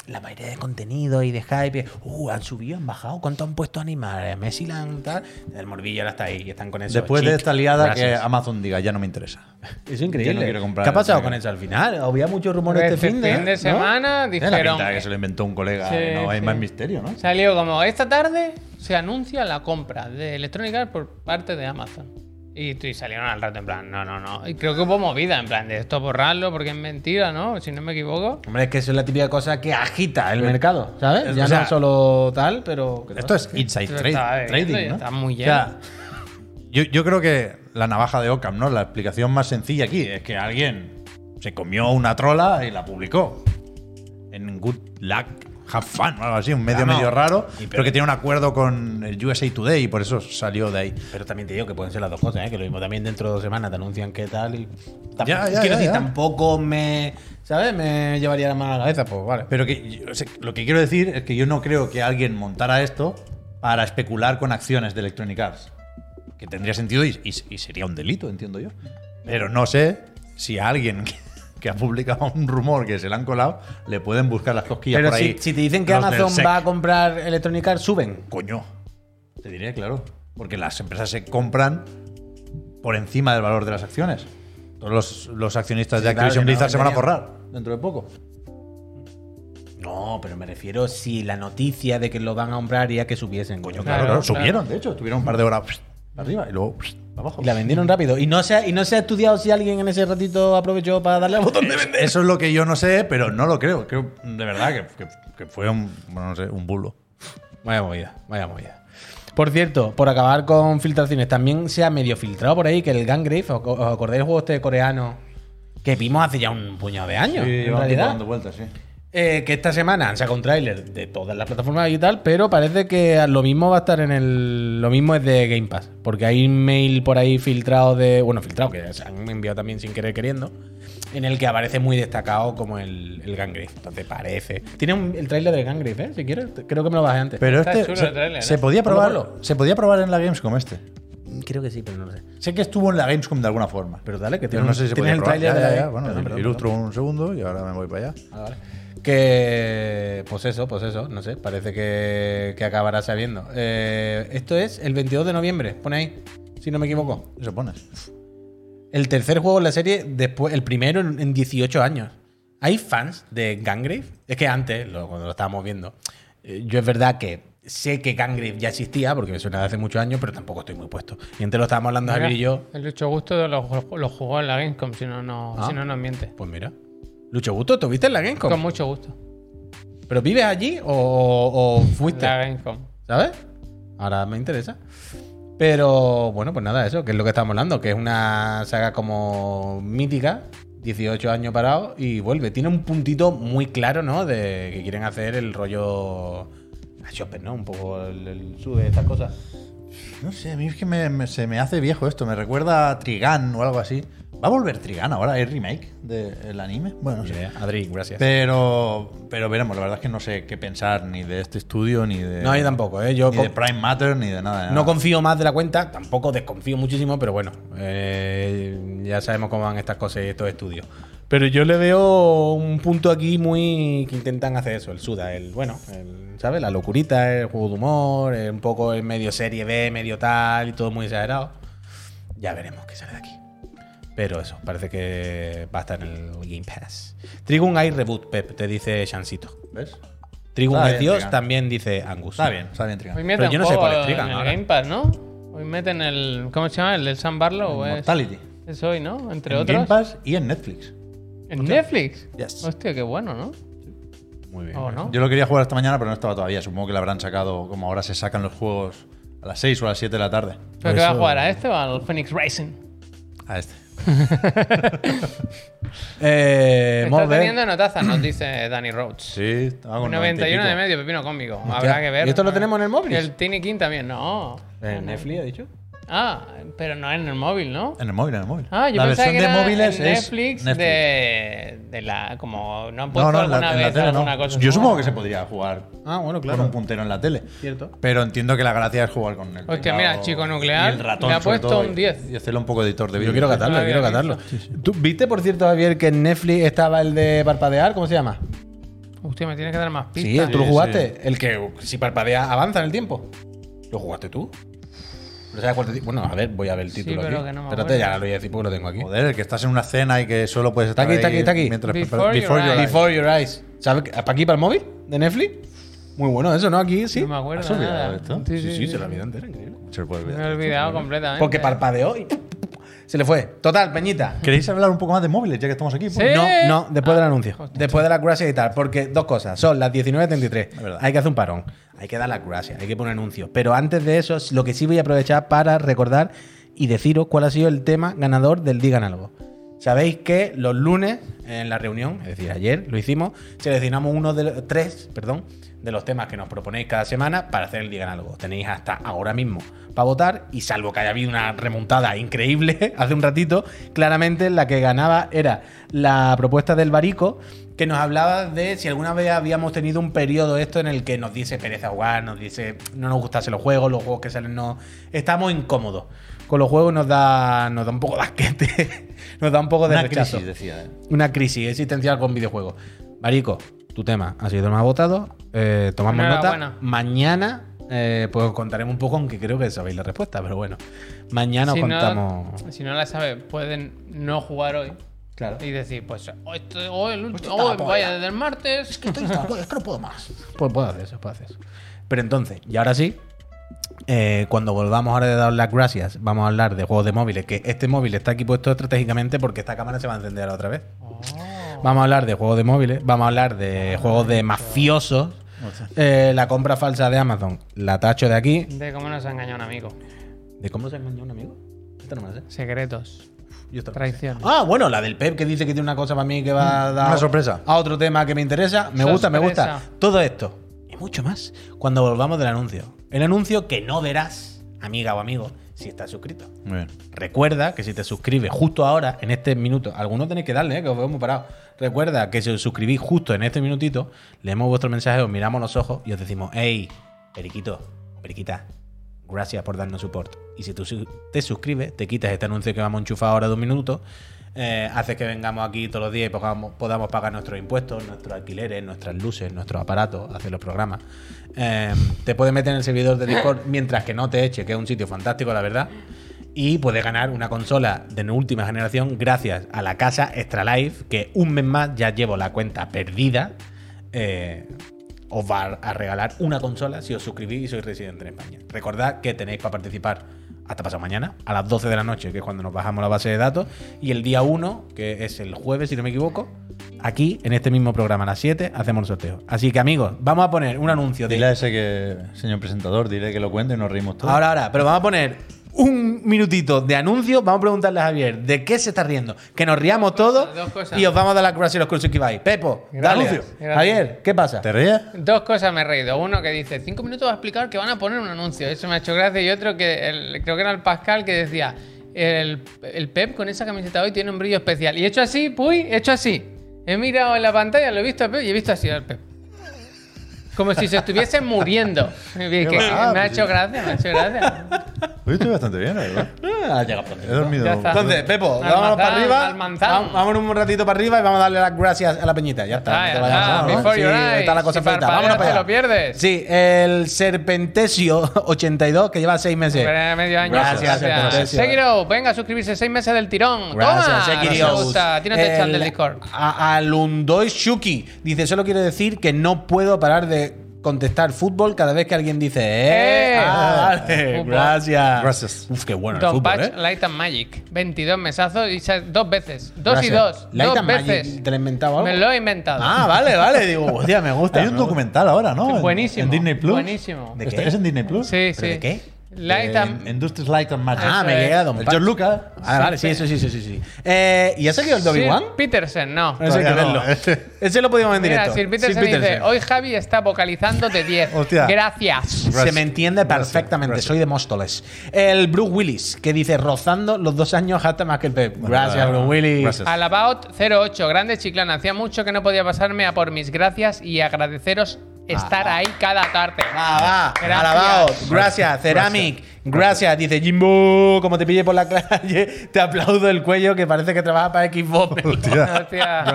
Speaker 4: la mayoría de contenido y de hype, uh, han subido, han bajado, ¿cuánto han puesto a animar? A Messi la han tal. El morbillo ahora está ahí y están con eso.
Speaker 2: Después de
Speaker 4: Chic,
Speaker 2: esta liada
Speaker 4: gracias.
Speaker 2: que Amazon diga, ya no me interesa.
Speaker 4: Es increíble.
Speaker 2: Ya no quiero comprar
Speaker 4: ¿Qué ha pasado
Speaker 2: el-
Speaker 4: con eso al final? Había muchos rumores
Speaker 3: Este
Speaker 4: este fin de,
Speaker 3: fin de
Speaker 4: ¿no?
Speaker 3: semana
Speaker 2: Tiene la
Speaker 3: dijeron.
Speaker 2: pinta de que se lo inventó un colega.
Speaker 3: Sí,
Speaker 2: no hay
Speaker 3: sí.
Speaker 2: más misterio, ¿no?
Speaker 3: Salió como esta tarde se anuncia la compra de Electronic Arts por parte de Amazon. Y, y salieron al rato en plan, no, no, no. Y creo que hubo movida en plan de esto borrarlo porque es mentira, ¿no? Si no me equivoco.
Speaker 4: Hombre, es que eso es la típica cosa que agita el
Speaker 1: Pues
Speaker 4: mercado, ¿sabes?
Speaker 2: Es-
Speaker 4: Ya
Speaker 2: o sea,
Speaker 4: no solo tal, pero.
Speaker 2: Esto es inside
Speaker 3: Pero
Speaker 2: trade-
Speaker 3: estaba bebiendo
Speaker 2: trading,
Speaker 3: y
Speaker 2: ¿no?
Speaker 3: estaba muy
Speaker 2: O sea,
Speaker 3: lleno.
Speaker 2: yo, yo creo que la navaja de Occam, ¿no? La explicación más sencilla aquí es que alguien se comió una trola y la publicó. En Good Luck Have Fun o algo así, un medio
Speaker 1: Ah, no.
Speaker 2: medio raro,
Speaker 1: Y pero-
Speaker 2: pero que tiene un acuerdo con el USA Today y por eso salió de ahí.
Speaker 1: Pero también te digo que pueden ser las dos cosas, ¿eh? que lo mismo también dentro de dos semanas te anuncian qué tal y. Tampoco-
Speaker 2: Ya, ya,
Speaker 1: quiero
Speaker 2: ya,
Speaker 1: decir,
Speaker 2: ya.
Speaker 1: tampoco me. ¿Sabes? Me llevaría la mano a la cabeza, pues vale.
Speaker 2: Pero que yo- o sea, lo que quiero decir es que yo no creo que alguien montara esto para especular con acciones de Electronic Arts. Que tendría sentido y, y- y sería un delito, entiendo yo. Pero no sé si a alguien que, que ha publicado un rumor que se le han colado le pueden buscar las cosquillas
Speaker 1: Pero
Speaker 2: por
Speaker 1: si,
Speaker 2: ahí.
Speaker 1: si te dicen que
Speaker 2: los del
Speaker 1: Amazon
Speaker 2: SEC.
Speaker 1: va a comprar Electronic Arts, suben.
Speaker 2: Coño, te diré, claro. Porque las empresas se compran por encima del valor de las acciones. Todos los, los accionistas de
Speaker 1: Sí, claro,
Speaker 2: Activision
Speaker 1: que no
Speaker 2: Blizzard se van a
Speaker 1: venderían.
Speaker 2: forrar dentro de poco.
Speaker 1: No, pero me refiero si la noticia de que lo van a comprar y a que subiesen, coño.
Speaker 2: Claro,
Speaker 3: Claro,
Speaker 2: claro,
Speaker 3: claro.
Speaker 2: subieron, de hecho, estuvieron un par de horas pss, arriba y luego pss, abajo.
Speaker 1: Y la vendieron rápido. Y no, se ha, y no se ha estudiado si alguien en ese ratito aprovechó para darle al botón de vender.
Speaker 2: Eso es lo que yo no sé, pero no lo creo. Creo de verdad que, que- que fue un, bueno, no sé, un bulo.
Speaker 1: Vaya movida, vaya movida. Por cierto, por acabar con filtraciones, también se ha medio filtrado por ahí que el Gangrave, ¿os os acordáis del juego este coreano que vimos hace ya un puñado de años? en realidad.
Speaker 2: vueltas, sí.
Speaker 1: Eh, que esta semana han sacado un tráiler de todas las plataformas y tal, pero parece que lo mismo va a estar en el. Lo mismo es de Game Pass. Porque hay mail por ahí filtrado de. Bueno, filtrado, que se han enviado también sin querer queriendo. En el que aparece muy destacado como el, el Gangrave. Entonces parece. Tiene un- el tráiler del Gangrave, ¿eh? Si quieres. te- Creo que me lo bajé antes.
Speaker 2: Pero
Speaker 3: Está
Speaker 2: este
Speaker 3: chulo
Speaker 2: se,
Speaker 3: el tráiler,
Speaker 2: se
Speaker 3: ¿eh?
Speaker 2: podía
Speaker 1: Ponlo,
Speaker 2: probar,
Speaker 1: ponlo.
Speaker 2: se podía probar en la Gamescom este.
Speaker 1: Mm, Creo que sí, pero no lo sé.
Speaker 2: Sé que estuvo en la Gamescom de alguna forma.
Speaker 1: Pero dale, que
Speaker 2: Pero
Speaker 1: tiene-
Speaker 2: no sé si se
Speaker 1: tienes
Speaker 2: podía
Speaker 1: el
Speaker 2: probar.
Speaker 1: tráiler
Speaker 2: Ya,
Speaker 1: de
Speaker 2: ya,
Speaker 1: la-
Speaker 2: ya, Bueno,
Speaker 1: Perdón, perdón,
Speaker 2: ilustro un segundo y ahora me voy para allá.
Speaker 1: Ah, vale. Que. Pues eso, pues eso, no sé, parece que, que acabará sabiendo. Eh, esto es el 22 de noviembre, pone ahí, si no me equivoco.
Speaker 2: ¿Qué se pone?
Speaker 1: El tercer juego de la serie, después, el primero en, en 18 años. ¿Hay fans de Gangrave? Es que antes, lo- cuando lo estábamos viendo, eh, yo es verdad que sé que Gangrave ya existía, porque me suena de hace muchos años, pero tampoco estoy muy puesto. Y antes lo estábamos hablando Javier y yo.
Speaker 3: El Lucho Gusto lo, lo jugó en la Gamescom, si no, no,
Speaker 1: Ah.
Speaker 3: si no nos miente.
Speaker 1: Pues mira. Lucho Gusto, ¿tú viste en la Gamescom?
Speaker 3: Con mucho gusto.
Speaker 1: ¿Pero vives allí o, o fuiste?
Speaker 3: La Gamescom.
Speaker 1: ¿Sabes? Ahora me interesa. Pero bueno, pues nada, eso, que es lo que estamos hablando, que es una saga como mítica, 18 años parado y vuelve. Tiene un puntito muy claro, ¿no? De que quieren hacer el rollo a Chopper, ¿no? Un poco el, el sub de estas cosas.
Speaker 2: No sé, a mí es que me- me- se me hace viejo esto. Me recuerda a Trigan o algo así. ¿Va a volver Trigan ahora? ¿Es remake del anime? Bueno, no sé.
Speaker 1: Idea. Adri, gracias.
Speaker 2: Pero, pero veremos, la verdad es que no sé qué pensar ni de este estudio, ni de.
Speaker 1: No, yo tampoco, ¿eh? Yo
Speaker 2: Ni
Speaker 1: con-
Speaker 2: de Prime Matter, ni de nada. de
Speaker 1: no
Speaker 2: nada.
Speaker 1: confío más de la cuenta, tampoco desconfío muchísimo, pero bueno, eh, ya sabemos cómo van estas cosas y estos estudios. Pero yo le veo un punto aquí muy que intentan hacer eso, el suda, el bueno, el, ¿sabes? La locurita, el juego de humor, el- un poco el medio serie B, medio tal y todo muy exagerado. Ya veremos qué sale de aquí. Pero eso, parece que va a estar en el Game Pass. Trigun hay reboot, Pep, te dice Chancito.
Speaker 2: ¿Ves?
Speaker 1: Trigun
Speaker 2: Está
Speaker 1: es
Speaker 2: bien,
Speaker 1: Dios,
Speaker 2: Trigun.
Speaker 1: también dice Angus.
Speaker 2: Está bien, está bien
Speaker 3: Hoy
Speaker 2: Trigan.
Speaker 3: meten
Speaker 1: yo no sé
Speaker 3: juego
Speaker 1: cuál es Trigan
Speaker 3: en el
Speaker 1: ahora.
Speaker 3: Game Pass, ¿no? Hoy meten el. ¿Cómo se llama? ¿El del San Barlow? Es,
Speaker 2: Mortality.
Speaker 3: es hoy, ¿no? Entre
Speaker 2: En
Speaker 3: pues, otros.
Speaker 2: Game Pass y en Netflix.
Speaker 3: ¿En Netflix?
Speaker 2: Yes.
Speaker 3: Hostia, qué bueno, ¿no?
Speaker 1: Muy bien.
Speaker 3: ¿O Oh, no?
Speaker 2: Yo lo quería jugar esta mañana, pero no estaba todavía. Supongo que lo habrán sacado como ahora se sacan los juegos a las 6 o a las 7 de la tarde.
Speaker 3: ¿Pero qué va a jugar? ¿A este o al Phoenix Racing?
Speaker 2: A este.
Speaker 1: Eh,
Speaker 3: Está
Speaker 1: molt bé.
Speaker 3: teniendo notazas, nos dice Danny Rhodes.
Speaker 2: Sí, estaba con
Speaker 3: 91
Speaker 2: 90 y
Speaker 3: de
Speaker 2: pico.
Speaker 3: medio, pepino cómico. Habrá que ver.
Speaker 1: ¿y esto lo tenemos en el móvil?
Speaker 3: Y el Tiny King también, no.
Speaker 1: ¿En Netflix ha dicho?
Speaker 3: Ah, pero no en el móvil, ¿no?
Speaker 2: En el móvil, en el móvil.
Speaker 3: Ah, yo
Speaker 2: la
Speaker 3: pensaba
Speaker 2: versión
Speaker 3: que
Speaker 2: de
Speaker 3: era
Speaker 2: móviles
Speaker 3: en
Speaker 2: es
Speaker 3: Netflix, De, de la. Como no han puesto
Speaker 2: No, no, en la,
Speaker 3: alguna
Speaker 2: en la
Speaker 3: vez
Speaker 2: tele no.
Speaker 3: alguna cosa.
Speaker 2: Yo supongo
Speaker 3: nueva.
Speaker 2: que se podría jugar
Speaker 1: Ah, bueno,
Speaker 2: con
Speaker 1: claro.
Speaker 2: un puntero en la tele.
Speaker 1: Cierto.
Speaker 2: Pero entiendo que la gracia es jugar con el
Speaker 3: Hostia,
Speaker 2: teclado
Speaker 3: mira, Chico Nuclear
Speaker 2: y el ratón,
Speaker 3: le ha
Speaker 2: sobre
Speaker 3: puesto
Speaker 2: todo,
Speaker 3: un
Speaker 2: y-
Speaker 3: 10.
Speaker 2: Y hacerlo un poco de editor de vídeo.
Speaker 1: Yo quiero
Speaker 3: No
Speaker 1: catarlo,
Speaker 3: lo
Speaker 1: quiero
Speaker 3: había
Speaker 1: catarlo. ¿Tú viste, por cierto, Javier, que en Netflix estaba el de parpadear? ¿Cómo se llama?
Speaker 3: Hostia, me tienes que dar más pistas.
Speaker 1: Sí, tú lo
Speaker 2: Sí,
Speaker 1: jugaste. El que si parpadea avanza en el tiempo. ¿Lo jugaste tú? No sabes cuál te- Bueno, a ver, voy a ver el
Speaker 3: Sí,
Speaker 1: título
Speaker 3: pero
Speaker 1: aquí.
Speaker 3: que no me
Speaker 1: Espérate,
Speaker 3: acuerdo.
Speaker 1: ya lo voy a decir porque lo tengo aquí.
Speaker 2: Joder, el que estás en una cena y que solo puedes
Speaker 1: Está
Speaker 2: estar
Speaker 1: aquí, está
Speaker 2: ahí
Speaker 1: aquí, está aquí.
Speaker 2: mientras-
Speaker 3: Before your eyes.
Speaker 1: Before Your Eyes. ¿Sabes? qué- ¿Para aquí, para el móvil? ¿De Netflix? Muy bueno eso, ¿no? Aquí sí.
Speaker 3: No me acuerdo.
Speaker 2: ¿Has olvidado
Speaker 3: nada.
Speaker 2: esto?
Speaker 1: Sí, sí, se la vida entera, increíble.
Speaker 2: Se lo puede
Speaker 3: Me
Speaker 2: olvidar.
Speaker 3: he olvidado completamente.
Speaker 1: Porque parpadeó y se le fue. Total, Peñita.
Speaker 2: ¿Queréis hablar un poco más de móviles ya que estamos aquí? pues
Speaker 3: Sí.
Speaker 1: No, no, después del anuncio. Después de las gracias y tal. Porque dos cosas. Son las 19.33.
Speaker 2: verdad.
Speaker 1: Hay que hacer un parón. Hay que dar las gracias. Hay que poner anuncios. Pero antes de eso, lo que sí voy a aprovechar para recordar y deciros cuál ha sido el tema ganador del Digan Algo. Sabéis que los lunes, en la reunión, es decir, ayer lo hicimos, seleccionamos uno de los tres, perdón, de los temas que nos proponéis cada semana para hacer el Digan Algo. Tenéis hasta ahora mismo para votar y salvo que haya habido una remontada increíble hace un ratito, claramente la que ganaba era la propuesta del Barico que nos hablaba de si alguna vez habíamos tenido un periodo esto en el que nos diese pereza jugar, nos diese no nos gustase los juegos, los juegos que salen no estamos incómodos. Con los juegos nos da nos da un poco de asquete, nos da un poco de
Speaker 2: Una
Speaker 1: rechazo.
Speaker 2: crisis, decía. ¿eh?
Speaker 1: Una crisis existencial con videojuegos. Marico, tu tema ha sido el más votado. eh, tomamos
Speaker 3: Enhorabuena.
Speaker 1: nota. Mañana eh, pues os contaremos un poco, aunque creo que sabéis la respuesta, pero bueno. Mañana os contamos.
Speaker 3: no, si no la sabe, pueden no jugar hoy.
Speaker 1: Claro. Pues
Speaker 3: Y decir, pues, hoy, estoy- hoy el último,
Speaker 1: está la
Speaker 3: hoy,
Speaker 1: polla.
Speaker 3: vaya, desde el martes.
Speaker 1: es que no puedo más. Pues puedo hacer eso, puedo hacer eso. Pero entonces, y ahora sí, eh, cuando volvamos ahora de dar las gracias, vamos a hablar de juegos de móviles, que este móvil está aquí puesto estratégicamente porque esta cámara se va a encender ahora otra vez. Vamos a hablar de juegos de móviles, vamos a hablar de juegos de mafiosos, eh, la compra falsa de Amazon, la tacho de aquí.
Speaker 3: De cómo nos ha engañado un amigo.
Speaker 1: ¿De cómo se engañó un amigo? Esta no me la sé.
Speaker 3: Secretos.
Speaker 1: Yo esta no me la sé.
Speaker 3: Traición.
Speaker 1: Ah, bueno, la del Pep que dice que tiene una cosa para mí que va a dar
Speaker 2: Una sorpresa.
Speaker 1: a otro tema que me interesa. Me gusta, me gusta.
Speaker 3: Sorpresa.
Speaker 1: Todo esto y mucho más cuando volvamos del anuncio. El anuncio que no verás, amiga o amigo, si estás suscrito.
Speaker 2: Muy bien.
Speaker 1: Recuerda que si te suscribes justo ahora, en este minuto, algunos tenéis que darle, eh, que os veo muy parados. Recuerda que si os suscribís justo en este minutito, leemos vuestro mensaje, os miramos los ojos y os decimos, hey, Periquito, Periquita, gracias por darnos support. Y si tú su- te suscribes, te quitas este anuncio que vamos a enchufar ahora de un minuto, eh, haces que vengamos aquí todos los días y podamos, podamos pagar nuestros impuestos, nuestros alquileres, nuestras luces, nuestros aparatos, hacer los programas. Eh, te puedes meter en el servidor de Discord mientras que no te eche, que es un sitio fantástico, la verdad. Y puedes ganar una consola de última generación gracias a la casa Extralife, que un mes más ya llevo la cuenta perdida. Eh, os va a regalar una consola si os suscribís y sois residente en España. Recordad que tenéis para participar hasta pasado mañana, a las 12 de la noche, que es cuando nos bajamos la base de datos, y el día 1, que es el jueves, si no me equivoco, aquí, en este mismo programa, a las 7, hacemos el sorteo. Así que, amigos, vamos a poner un anuncio de
Speaker 2: Dile a ese que, señor presentador, dile que lo cuente y nos reímos todos.
Speaker 1: Ahora, ahora, pero vamos a poner un minutito de anuncio. Vamos a preguntarle a Javier de qué se está riendo. Que nos riamos todos
Speaker 3: Dos cosas.
Speaker 1: y os vamos a dar las gracias y los cursos que vais. Pepo, da
Speaker 3: Gracias,
Speaker 1: anuncio.
Speaker 3: gracias.
Speaker 1: Javier, ¿qué pasa?
Speaker 2: ¿Te ríes?
Speaker 3: Dos cosas me he reído. Uno que dice, cinco minutos a explicar que van a poner un anuncio. Eso me ha hecho gracia. Y otro que el- creo que era el Pascal que decía, el, el Pep con esa camiseta hoy tiene un brillo especial. Y he hecho así, puy, he hecho así. He mirado en la pantalla, lo he visto a Pep y he visto así al Pep. Como si se estuviese muriendo. Y que- que
Speaker 2: va,
Speaker 3: me ha
Speaker 2: pues
Speaker 3: hecho
Speaker 2: sí.
Speaker 3: gracia, me ha hecho gracia.
Speaker 2: Hoy estoy bastante bien, la verdad.
Speaker 1: Ah, llega pronto.
Speaker 2: He dormido.
Speaker 3: Ya está.
Speaker 1: Entonces, Pepo,
Speaker 3: Almanzán,
Speaker 1: vámonos para arriba.
Speaker 3: Almanzán.
Speaker 1: Vam- Vámonos un ratito para arriba y vamos a darle las gracias a la peñita. Ya está. no
Speaker 3: Ah, ya
Speaker 1: te vayas,
Speaker 3: está,
Speaker 1: ¿no?
Speaker 3: before
Speaker 1: Sí,
Speaker 3: your eyes.
Speaker 1: está la cosa
Speaker 3: Si
Speaker 1: feita.
Speaker 3: parpadeas,
Speaker 1: Vámonos para
Speaker 3: te
Speaker 1: allá.
Speaker 3: lo pierdes.
Speaker 1: Sí, el Serpentesio 82, que lleva seis meses.
Speaker 3: Hombre, medio año.
Speaker 1: Gracias, Serpentesio.
Speaker 3: Sekiro, venga a suscribirse seis meses del tirón.
Speaker 1: Gracias,
Speaker 3: Toma,
Speaker 1: Sekirios.
Speaker 3: Me gusta. Tírate el chat del
Speaker 1: El-
Speaker 3: Discord.
Speaker 1: A, Alundoy Shuki dice: Solo quiero decir que no puedo parar de contestar fútbol cada vez que alguien dice. ¡Eh!
Speaker 3: ¡Eh!
Speaker 1: ah, vale,
Speaker 3: Fútbol.
Speaker 1: gracias.
Speaker 2: Gracias.
Speaker 1: Uf, qué bueno. el
Speaker 3: Don
Speaker 1: fútbol,
Speaker 3: Patch,
Speaker 1: ¿eh?
Speaker 3: Light and Magic. 22 mesazos y se- dos veces. Dos y
Speaker 1: Gracias.
Speaker 3: dos.
Speaker 1: Light
Speaker 3: dos
Speaker 1: and Magic,
Speaker 3: veces.
Speaker 1: ¿Te lo he inventado algo?
Speaker 3: Me lo he inventado.
Speaker 1: Ah, vale, vale. Digo, hostia, me gusta.
Speaker 2: Hay un
Speaker 1: me gusta.
Speaker 2: documental ahora, ¿no? En-
Speaker 3: Buenísimo.
Speaker 2: En Disney Plus.
Speaker 3: Buenísimo.
Speaker 1: ¿De
Speaker 2: ¿Está-
Speaker 1: qué?
Speaker 2: ¿Es en Disney Plus?
Speaker 3: Sí, sí.
Speaker 1: ¿Pero de qué?
Speaker 3: Light
Speaker 2: Eh,
Speaker 3: and...
Speaker 2: en- Industries Light and Magic.
Speaker 1: Ah,
Speaker 3: Eso
Speaker 1: me
Speaker 3: es.
Speaker 1: llega Don
Speaker 2: El
Speaker 1: Patch.
Speaker 2: George Lucas.
Speaker 1: Ah, vale, sí, sí, sí, sí, sí. sí. Eh, ¿Y ha seguido el Dobby
Speaker 3: Sir
Speaker 1: Wan?
Speaker 3: Peterson, no.
Speaker 1: Ese hay que
Speaker 2: Todavía no.
Speaker 1: verlo. Ese lo podíamos en
Speaker 3: Mira,
Speaker 1: directo.
Speaker 3: Sir Peterson,
Speaker 1: Sir
Speaker 3: dice, hoy Javi está vocalizando de 10.
Speaker 2: Hostia.
Speaker 3: Gracias.
Speaker 1: Se me entiende
Speaker 2: Gracias,
Speaker 1: perfectamente,
Speaker 2: gracias.
Speaker 1: soy de Móstoles. El Bruce Willis, que dice rozando los dos años hasta más que el Pep. Gracias,
Speaker 2: Bueno,
Speaker 1: Bruce Willis.
Speaker 2: gracias.
Speaker 3: Alabout 08, grande chiclana. Hacía mucho que no podía pasarme a por mis gracias y agradeceros
Speaker 1: Ah.
Speaker 3: estar ahí cada tarde.
Speaker 1: Va, va,
Speaker 3: Gracias.
Speaker 1: alabado. Gracias, Ceramic. Gracias, dice Jimbo. Como te pille por la calle, te aplaudo el cuello que parece que trabaja para Xbox.
Speaker 2: Hostia.
Speaker 3: Hostia.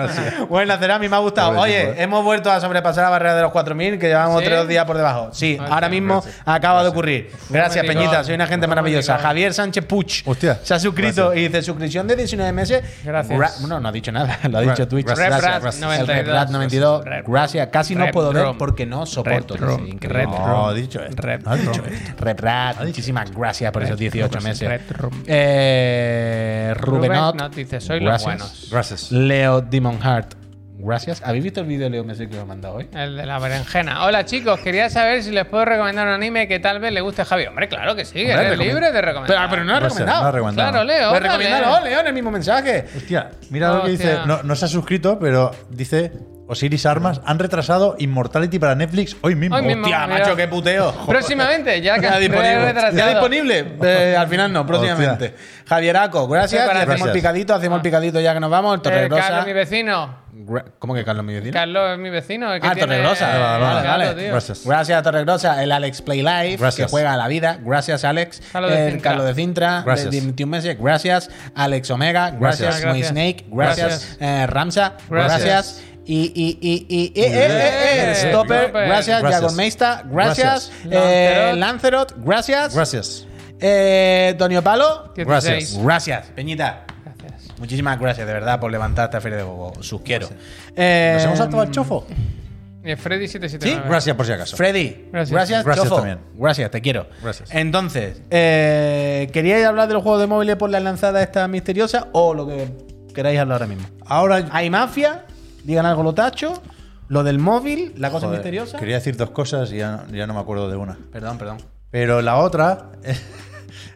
Speaker 1: Bueno, Cerami, me ha gustado.
Speaker 2: Joder,
Speaker 1: Oye,
Speaker 2: Jimbo, eh.
Speaker 1: hemos vuelto a sobrepasar la barrera de los 4.000, que llevamos
Speaker 3: ¿Sí? Ah,
Speaker 1: tres días por debajo. Sí,
Speaker 3: Gracias.
Speaker 1: ahora mismo acaba de ocurrir. Gracias,
Speaker 3: Dominicón.
Speaker 1: Peñita, soy una gente maravillosa.
Speaker 3: Dominicón.
Speaker 1: Javier Sánchez Puch
Speaker 2: Hostia.
Speaker 1: se ha suscrito y dice suscripción de 19 meses.
Speaker 3: Gracias.
Speaker 1: Gra- Bueno, no ha dicho nada, lo ha
Speaker 2: Gra-
Speaker 1: dicho Twitch.
Speaker 2: gracias,
Speaker 1: Gracias.
Speaker 3: gracias.
Speaker 1: El Replat 92.
Speaker 3: Rep-
Speaker 1: Gracias, casi no
Speaker 3: Rep-
Speaker 1: puedo ver
Speaker 3: Rom.
Speaker 1: porque no soporto.
Speaker 3: Rep- Rom.
Speaker 1: Dice, increíble.
Speaker 3: Rep-
Speaker 2: No, ha dicho esto.
Speaker 3: Rep-
Speaker 2: No, ha dicho esto.
Speaker 1: Reprat, muchísimas gracias por esos 18 meses.
Speaker 3: Retro.
Speaker 1: Eh, Rubenot,
Speaker 3: Rubenot dice, soy los
Speaker 1: gracias.
Speaker 3: buenos.
Speaker 2: Gracias.
Speaker 1: Leo Demon Heart, Gracias. ¿Habéis visto el vídeo de Leo Messi que os he mandado hoy?
Speaker 3: El de la berenjena. Hola chicos, quería saber si les puedo recomendar un anime que tal vez le guste a Javi. Hombre, claro que sí, que
Speaker 1: Hombre,
Speaker 3: eres
Speaker 1: recomien-
Speaker 3: libre de recomendar.
Speaker 1: Pero, pero no lo he
Speaker 2: Puede ser,
Speaker 1: recomendado.
Speaker 2: no lo he recomendado.
Speaker 3: Claro, Leo.
Speaker 1: Pues
Speaker 3: dale.
Speaker 1: recomiéndalo, Leo, en el mismo mensaje.
Speaker 2: Hostia, mira lo que
Speaker 3: Hostia.
Speaker 2: dice. No, no se ha suscrito, pero dice Osiris Armas. Han retrasado Immortality para Netflix hoy mismo.
Speaker 3: Hoy mismo.
Speaker 1: Hostia,
Speaker 3: mira.
Speaker 1: macho, qué puteo.
Speaker 3: Próximamente, ya que
Speaker 1: Ya disponible.
Speaker 3: retrasado.
Speaker 1: Ya disponible. Eh, al final no, próximamente. Javieraco, gracias.
Speaker 3: Gracias.
Speaker 1: Y hacemos el picadito, hacemos el picadito ya que nos vamos. El
Speaker 3: Eh, Carlos,
Speaker 1: Torregrosa.
Speaker 3: mi vecino.
Speaker 1: Gra- ¿Cómo que Carlos mi vecino?
Speaker 3: Carlos es mi vecino. el que
Speaker 1: Ah,
Speaker 3: tiene
Speaker 1: Torregrosa.
Speaker 3: el
Speaker 1: Vale, vale,
Speaker 3: gato,
Speaker 1: vale.
Speaker 3: tío.
Speaker 2: Gracias.
Speaker 1: Gracias a Torregrosa, el Alex Play Live,
Speaker 2: Gracias.
Speaker 1: que juega a la vida. Gracias, Alex.
Speaker 3: Carlos de
Speaker 1: El
Speaker 3: Cintra.
Speaker 1: Carlos de Cintra,
Speaker 2: Gracias.
Speaker 1: de 21 meses. Gracias, Alex Omega. Gracias,
Speaker 3: Gracias.
Speaker 1: Muy Snake. Gracias,
Speaker 3: Gracias.
Speaker 1: eh, Ramsa.
Speaker 3: Gracias.
Speaker 1: Gracias. Y, y, y, y, y- eh,
Speaker 2: Muy
Speaker 1: eh,
Speaker 2: bien.
Speaker 1: eh, eh,
Speaker 3: Eh,
Speaker 1: Stopper.
Speaker 3: Stopper.
Speaker 1: Gracias,
Speaker 2: Gracias.
Speaker 1: Dragon Meista. Gracias,
Speaker 2: Gracias.
Speaker 1: eh, Lancerot. Gracias,
Speaker 2: Gracias.
Speaker 1: eh, Tonio Palo.
Speaker 3: 16.
Speaker 2: Gracias.
Speaker 1: Gracias, Peñita.
Speaker 3: Gracias.
Speaker 1: Muchísimas gracias, de verdad, por levantar esta feria de bobo. Sus quiero.
Speaker 2: ¿Nos
Speaker 1: Eh,
Speaker 2: hemos saltado al chofo?
Speaker 3: Y el Freddy 779.
Speaker 1: Sí,
Speaker 2: Gracias por si acaso.
Speaker 1: Freddy, gracias,
Speaker 3: Gracias.
Speaker 1: gracias,
Speaker 2: Gracias
Speaker 1: Chofo.
Speaker 2: también.
Speaker 1: Gracias, te quiero.
Speaker 2: Gracias.
Speaker 1: Entonces, eh, ¿queríais hablar de los juegos de móviles por la lanzada esta misteriosa o lo que queráis hablar ahora mismo?
Speaker 2: Ahora.
Speaker 1: ¿Hay mafia? Digan algo los tachos. Lo del móvil, la cosa
Speaker 2: Joder,
Speaker 1: misteriosa.
Speaker 2: Quería decir dos cosas y ya, ya no me acuerdo de una.
Speaker 1: Perdón, perdón.
Speaker 2: Pero la otra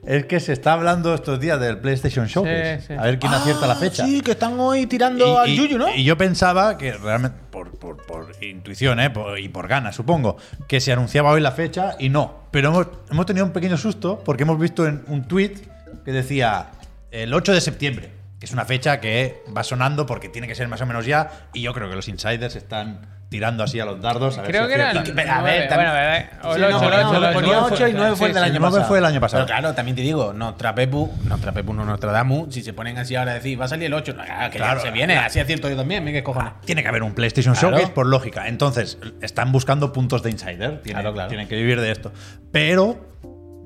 Speaker 2: es que se está hablando estos días del PlayStation Show.
Speaker 3: Sí, sí.
Speaker 2: A ver quién acierta la fecha.
Speaker 1: Ah, Sí, que están hoy tirando al Yuyu, ¿no?
Speaker 2: y yo pensaba que realmente, por, por- por intuición ¿eh? Por- y por ganas, supongo, que se anunciaba hoy la fecha y no. Pero hemos, hemos tenido un pequeño susto porque hemos visto en un tweet que decía el 8 de septiembre, que es una fecha que va sonando porque tiene que ser más o menos ya. Y yo creo que los insiders están tirando así a los dardos. A ver
Speaker 3: Creo
Speaker 2: si
Speaker 3: que era el
Speaker 2: aciertan.
Speaker 1: a ver,
Speaker 3: nueve,
Speaker 1: también-
Speaker 3: bueno, a ver, o
Speaker 1: Sí, no,
Speaker 3: el ocho, el
Speaker 1: no,
Speaker 3: ocho, el ocho,
Speaker 1: ponía
Speaker 3: el
Speaker 1: ocho y nueve fue el del
Speaker 2: sí,
Speaker 1: año
Speaker 2: nueve
Speaker 1: pasado.
Speaker 2: fue el año pasado.
Speaker 1: Pero claro, también te digo, Nostrapepu, Nostrapepu no Nostradamus, si se ponen así ahora a decir, va a salir el 8, ah, que ya
Speaker 2: Claro.
Speaker 1: se viene, así acierto yo también, mira qué cojones.
Speaker 2: Tiene que haber un PlayStation
Speaker 1: Claro.
Speaker 2: Showcase por lógica. Entonces, están buscando puntos de insider. Tienen,
Speaker 1: Claro, claro.
Speaker 2: tienen que vivir de esto. Pero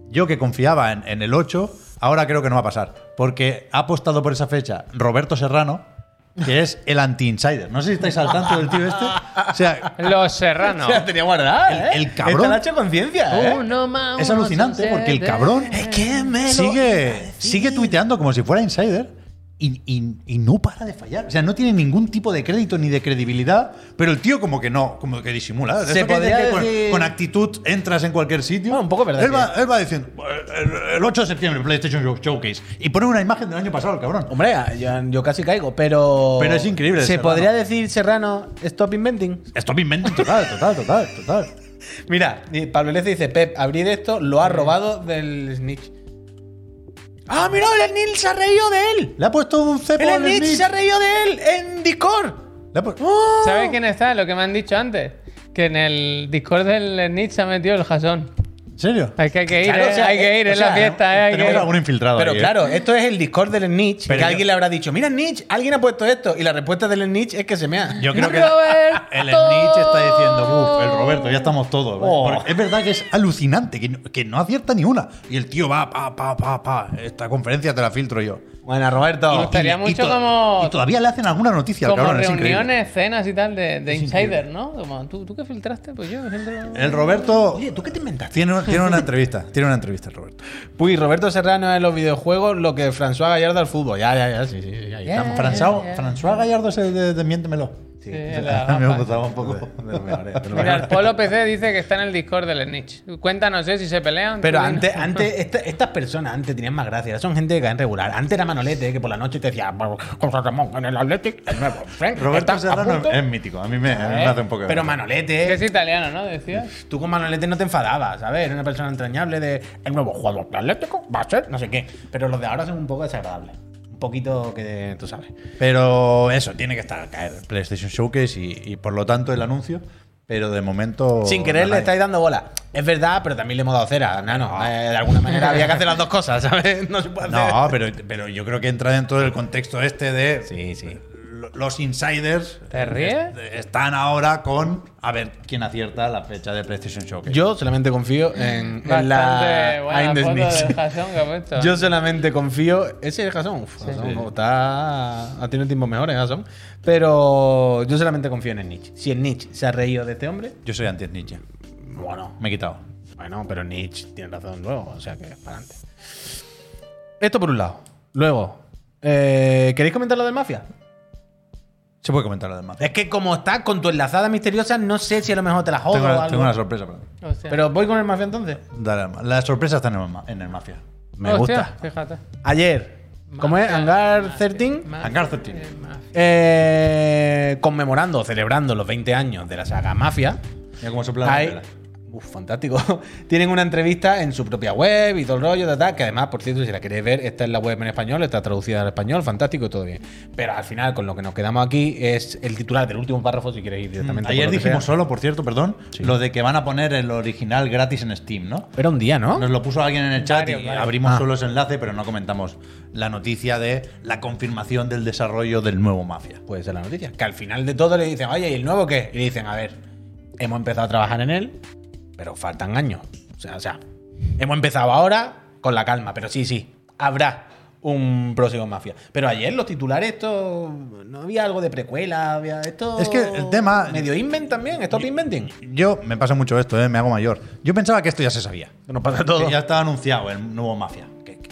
Speaker 2: yo que confiaba en, en el 8, ahora creo que no va a pasar. Porque ha apostado por esa fecha Roberto Serrano, que es el anti-insider. No sé si estáis al tanto del tío este. O sea,
Speaker 3: Los Serranos.
Speaker 1: La tenía guardada, ¿eh?
Speaker 2: El- el cabrón.
Speaker 1: Esta la ha hecho conciencia, ¿eh?
Speaker 3: Uno más
Speaker 2: es
Speaker 3: uno
Speaker 2: alucinante
Speaker 3: son
Speaker 2: porque el
Speaker 3: siete.
Speaker 2: cabrón
Speaker 1: que me lo-
Speaker 2: sigue, sigue tuiteando como si fuera insider y, y- y no para de fallar. O sea, no tiene ningún tipo de crédito ni de credibilidad, pero el tío como que no, como que disimula.
Speaker 1: Se
Speaker 2: Eso que
Speaker 1: podría
Speaker 2: dices que con-
Speaker 1: decir-
Speaker 2: con, actitud entras en cualquier sitio.
Speaker 1: Bueno, un poco verdad,
Speaker 2: Él va, él va diciendo, el, el 8 de septiembre, PlayStation Show- Showcase, y pone una imagen del año pasado, el cabrón.
Speaker 1: Hombre, Ah, yo, yo casi caigo, pero.
Speaker 2: Pero es increíble,
Speaker 1: ¿Se
Speaker 2: Serrano.
Speaker 1: podría decir, Serrano, stop inventing?
Speaker 2: Esto me invento total, total, total, total.
Speaker 1: Mira, y Pablo Lece dice: Pep, abrid esto, lo ha robado del Snitch. ¡Ah, mira! El Snitch se ha reído de él.
Speaker 2: Le ha puesto un cepo
Speaker 1: El
Speaker 2: al
Speaker 1: Snitch
Speaker 2: Smith.
Speaker 1: se ha reído de él en Discord.
Speaker 2: Le ha pu-
Speaker 1: ¡Oh!
Speaker 3: ¿Sabes quién está? Lo que me han dicho antes. Que en el Discord del Nietzsche se ha metido el Jason.
Speaker 2: ¿En serio?
Speaker 3: Hay que, hay que ir,
Speaker 1: Claro,
Speaker 3: eh,
Speaker 1: o sea,
Speaker 3: hay que ir,
Speaker 1: o
Speaker 3: es
Speaker 1: sea,
Speaker 3: la fiesta, eh, hay
Speaker 2: Tenemos
Speaker 3: que ir.
Speaker 2: algún infiltrado
Speaker 1: Pero
Speaker 2: ahí, ¿eh?
Speaker 1: claro, esto es el Discord del Snitch.
Speaker 2: Pero
Speaker 1: que
Speaker 2: yo-
Speaker 1: alguien le habrá dicho: Mira, Snitch, alguien ha puesto esto. Y la respuesta del Snitch es que se mea.
Speaker 2: Yo creo que
Speaker 3: Roberto.
Speaker 2: el Snitch está diciendo, "Buf, el Roberto, ya estamos todos. Porque Es verdad que es alucinante, que no, que no acierta ni una. Y el tío va, pa, pa, pa, pa. Esta conferencia te la filtro yo. Oh,
Speaker 1: Bueno, Roberto.
Speaker 3: Y- Estaría mucho como-
Speaker 2: y todavía le hacen alguna noticia al
Speaker 3: Como
Speaker 2: cabrón. es increíble.
Speaker 3: reuniones, cenas y tal de, de insider, ¿no? Como, ¿tú, ¿Tú qué filtraste? Pues yo me filtro.
Speaker 2: El Roberto
Speaker 1: Oye, ¿tú qué te inventaste?
Speaker 2: tiene, tiene una entrevista. Tiene una entrevista el Roberto.
Speaker 1: Puy, Roberto Serrano en los videojuegos, lo que François Gallardo al fútbol. Ya, ya, ya, sí, sí, sí, ahí
Speaker 3: Ya,
Speaker 1: estamos.
Speaker 2: François,
Speaker 3: ya, ya.
Speaker 2: François Gallardo es el de, de Miéntemelo.
Speaker 3: Eh, Sí,
Speaker 2: Ese-
Speaker 3: la
Speaker 2: a mí me
Speaker 3: gafa.
Speaker 2: gustaba un poco.
Speaker 3: Mira, el Polo PC dice que está en el Discord del Snitch. Cuéntanos eh, si se pelean.
Speaker 1: Pero
Speaker 3: tú
Speaker 1: antes,
Speaker 3: dinos.
Speaker 1: antes esta- estas personas antes tenían más gracia. Son gente que caen regular. Antes era Manolete, que por la noche te decía, "Pues, con San Ramón, en el Athletic, el nuevo Frank.
Speaker 2: Roberto
Speaker 1: estás a
Speaker 2: Serrano
Speaker 1: punto".
Speaker 2: es mítico. A mí me, a
Speaker 3: Eh,
Speaker 2: mí me hace un poco. de
Speaker 1: Pero
Speaker 2: gracia.
Speaker 3: Que
Speaker 1: Manolete,
Speaker 3: es italiano, ¿no? Decías.
Speaker 1: tú con Manolete no te enfadabas, ¿sabes? Era una persona entrañable de, el nuevo jugador del Atlético va a ser, no sé qué. Pero los de ahora son un poco desagradables. Un poquito que tú sabes.
Speaker 2: Pero eso, tiene que estar caer el PlayStation Showcase y, y por lo tanto el anuncio. Pero de momento.
Speaker 1: Sin querer
Speaker 2: nada.
Speaker 1: le estáis dando bola. Es verdad, pero también le hemos dado cera, nano. Eh, de alguna manera había que hacer las dos cosas, ¿sabes? No se puede hacer.
Speaker 2: Ah. No, pero, pero yo creo que entra dentro del contexto este de.
Speaker 1: Sí, sí.
Speaker 2: lo- Los insiders
Speaker 3: ¿Te ríes?
Speaker 2: est- están ahora con a ver quién acierta la fecha de PlayStation Showcase.
Speaker 1: Yo solamente confío en, en
Speaker 3: Bastante
Speaker 1: la
Speaker 3: buena
Speaker 1: I'm the
Speaker 3: foto
Speaker 1: Smith.
Speaker 3: del Jason que ha puesto.
Speaker 1: Yo solamente confío. Ese es Jason. Uf, Jason,
Speaker 2: Sí.
Speaker 1: como está, ha tenido tiempos mejores, Jason. Pero yo solamente confío en el Nietzsche. Si el Nietzsche se ha reído de este hombre,
Speaker 2: Yo soy anti Nietzsche.
Speaker 1: bueno,
Speaker 2: Me he quitado.
Speaker 1: bueno, pero Nietzsche tiene razón luego. O sea que para adelante. Esto por un lado. Luego, eh, ¿queréis comentar lo del Mafia?
Speaker 2: Se puede comentar además.
Speaker 4: Es que como está con tu enlazada misteriosa, no sé si a lo mejor te la jodo
Speaker 2: Tengo,
Speaker 4: o
Speaker 2: una-
Speaker 4: algo.
Speaker 2: tengo una sorpresa para ti.
Speaker 3: Hostia.
Speaker 4: Pero voy con el mafia entonces.
Speaker 2: Dale, al ma- la sorpresa está en el, ma- en el Mafia.
Speaker 4: Me
Speaker 3: Hostia,
Speaker 4: gusta.
Speaker 3: Fíjate.
Speaker 4: Ayer, como es?
Speaker 3: Mafia,
Speaker 4: Hangar
Speaker 3: mafia,
Speaker 4: 13.
Speaker 3: mafia,
Speaker 2: Hangar 13.
Speaker 3: eh, mafia.
Speaker 4: eh, conmemorando, celebrando los 20 años de la saga Mafia.
Speaker 2: Mira cómo sopla la
Speaker 4: Hay-
Speaker 2: vela.
Speaker 4: Uf, fantástico. Tienen una entrevista en su propia web y todo el rollo, ta, ta, que además, por cierto, si la queréis ver, está en la web en español, está traducida al español, fantástico y todo bien. Pero al final, con lo que nos quedamos aquí, es el titular del último párrafo, si queréis ir directamente.
Speaker 2: Ayer
Speaker 4: por lo que
Speaker 2: dijimos
Speaker 4: sea.
Speaker 2: solo, por cierto, perdón, lo de que van a poner el original gratis en Steam, ¿no?
Speaker 4: Era un día, ¿no?
Speaker 2: Nos lo puso alguien en el chat
Speaker 3: Varios,
Speaker 2: y
Speaker 3: varios.
Speaker 2: abrimos
Speaker 4: Ah.
Speaker 2: solo ese enlace, pero no comentamos la noticia de la confirmación del desarrollo del nuevo Mafia.
Speaker 4: Puede ser la noticia. Que al final de todo le dicen, oye, ¿y el nuevo qué? Y le dicen, a ver, hemos empezado a trabajar en él, pero faltan años. O sea, o sea, hemos empezado ahora con la calma, pero sí, sí, habrá un próximo Mafia. Pero ayer los titulares, esto, no había algo de precuela, había esto...
Speaker 2: Es que el tema-
Speaker 4: Medio invent también, stop inventing.
Speaker 2: Yo, me pasa mucho esto, ¿eh? me hago mayor. Yo pensaba que esto ya se sabía.
Speaker 4: Nos pasa todo.
Speaker 2: Que ya estaba anunciado el nuevo Mafia. Que, que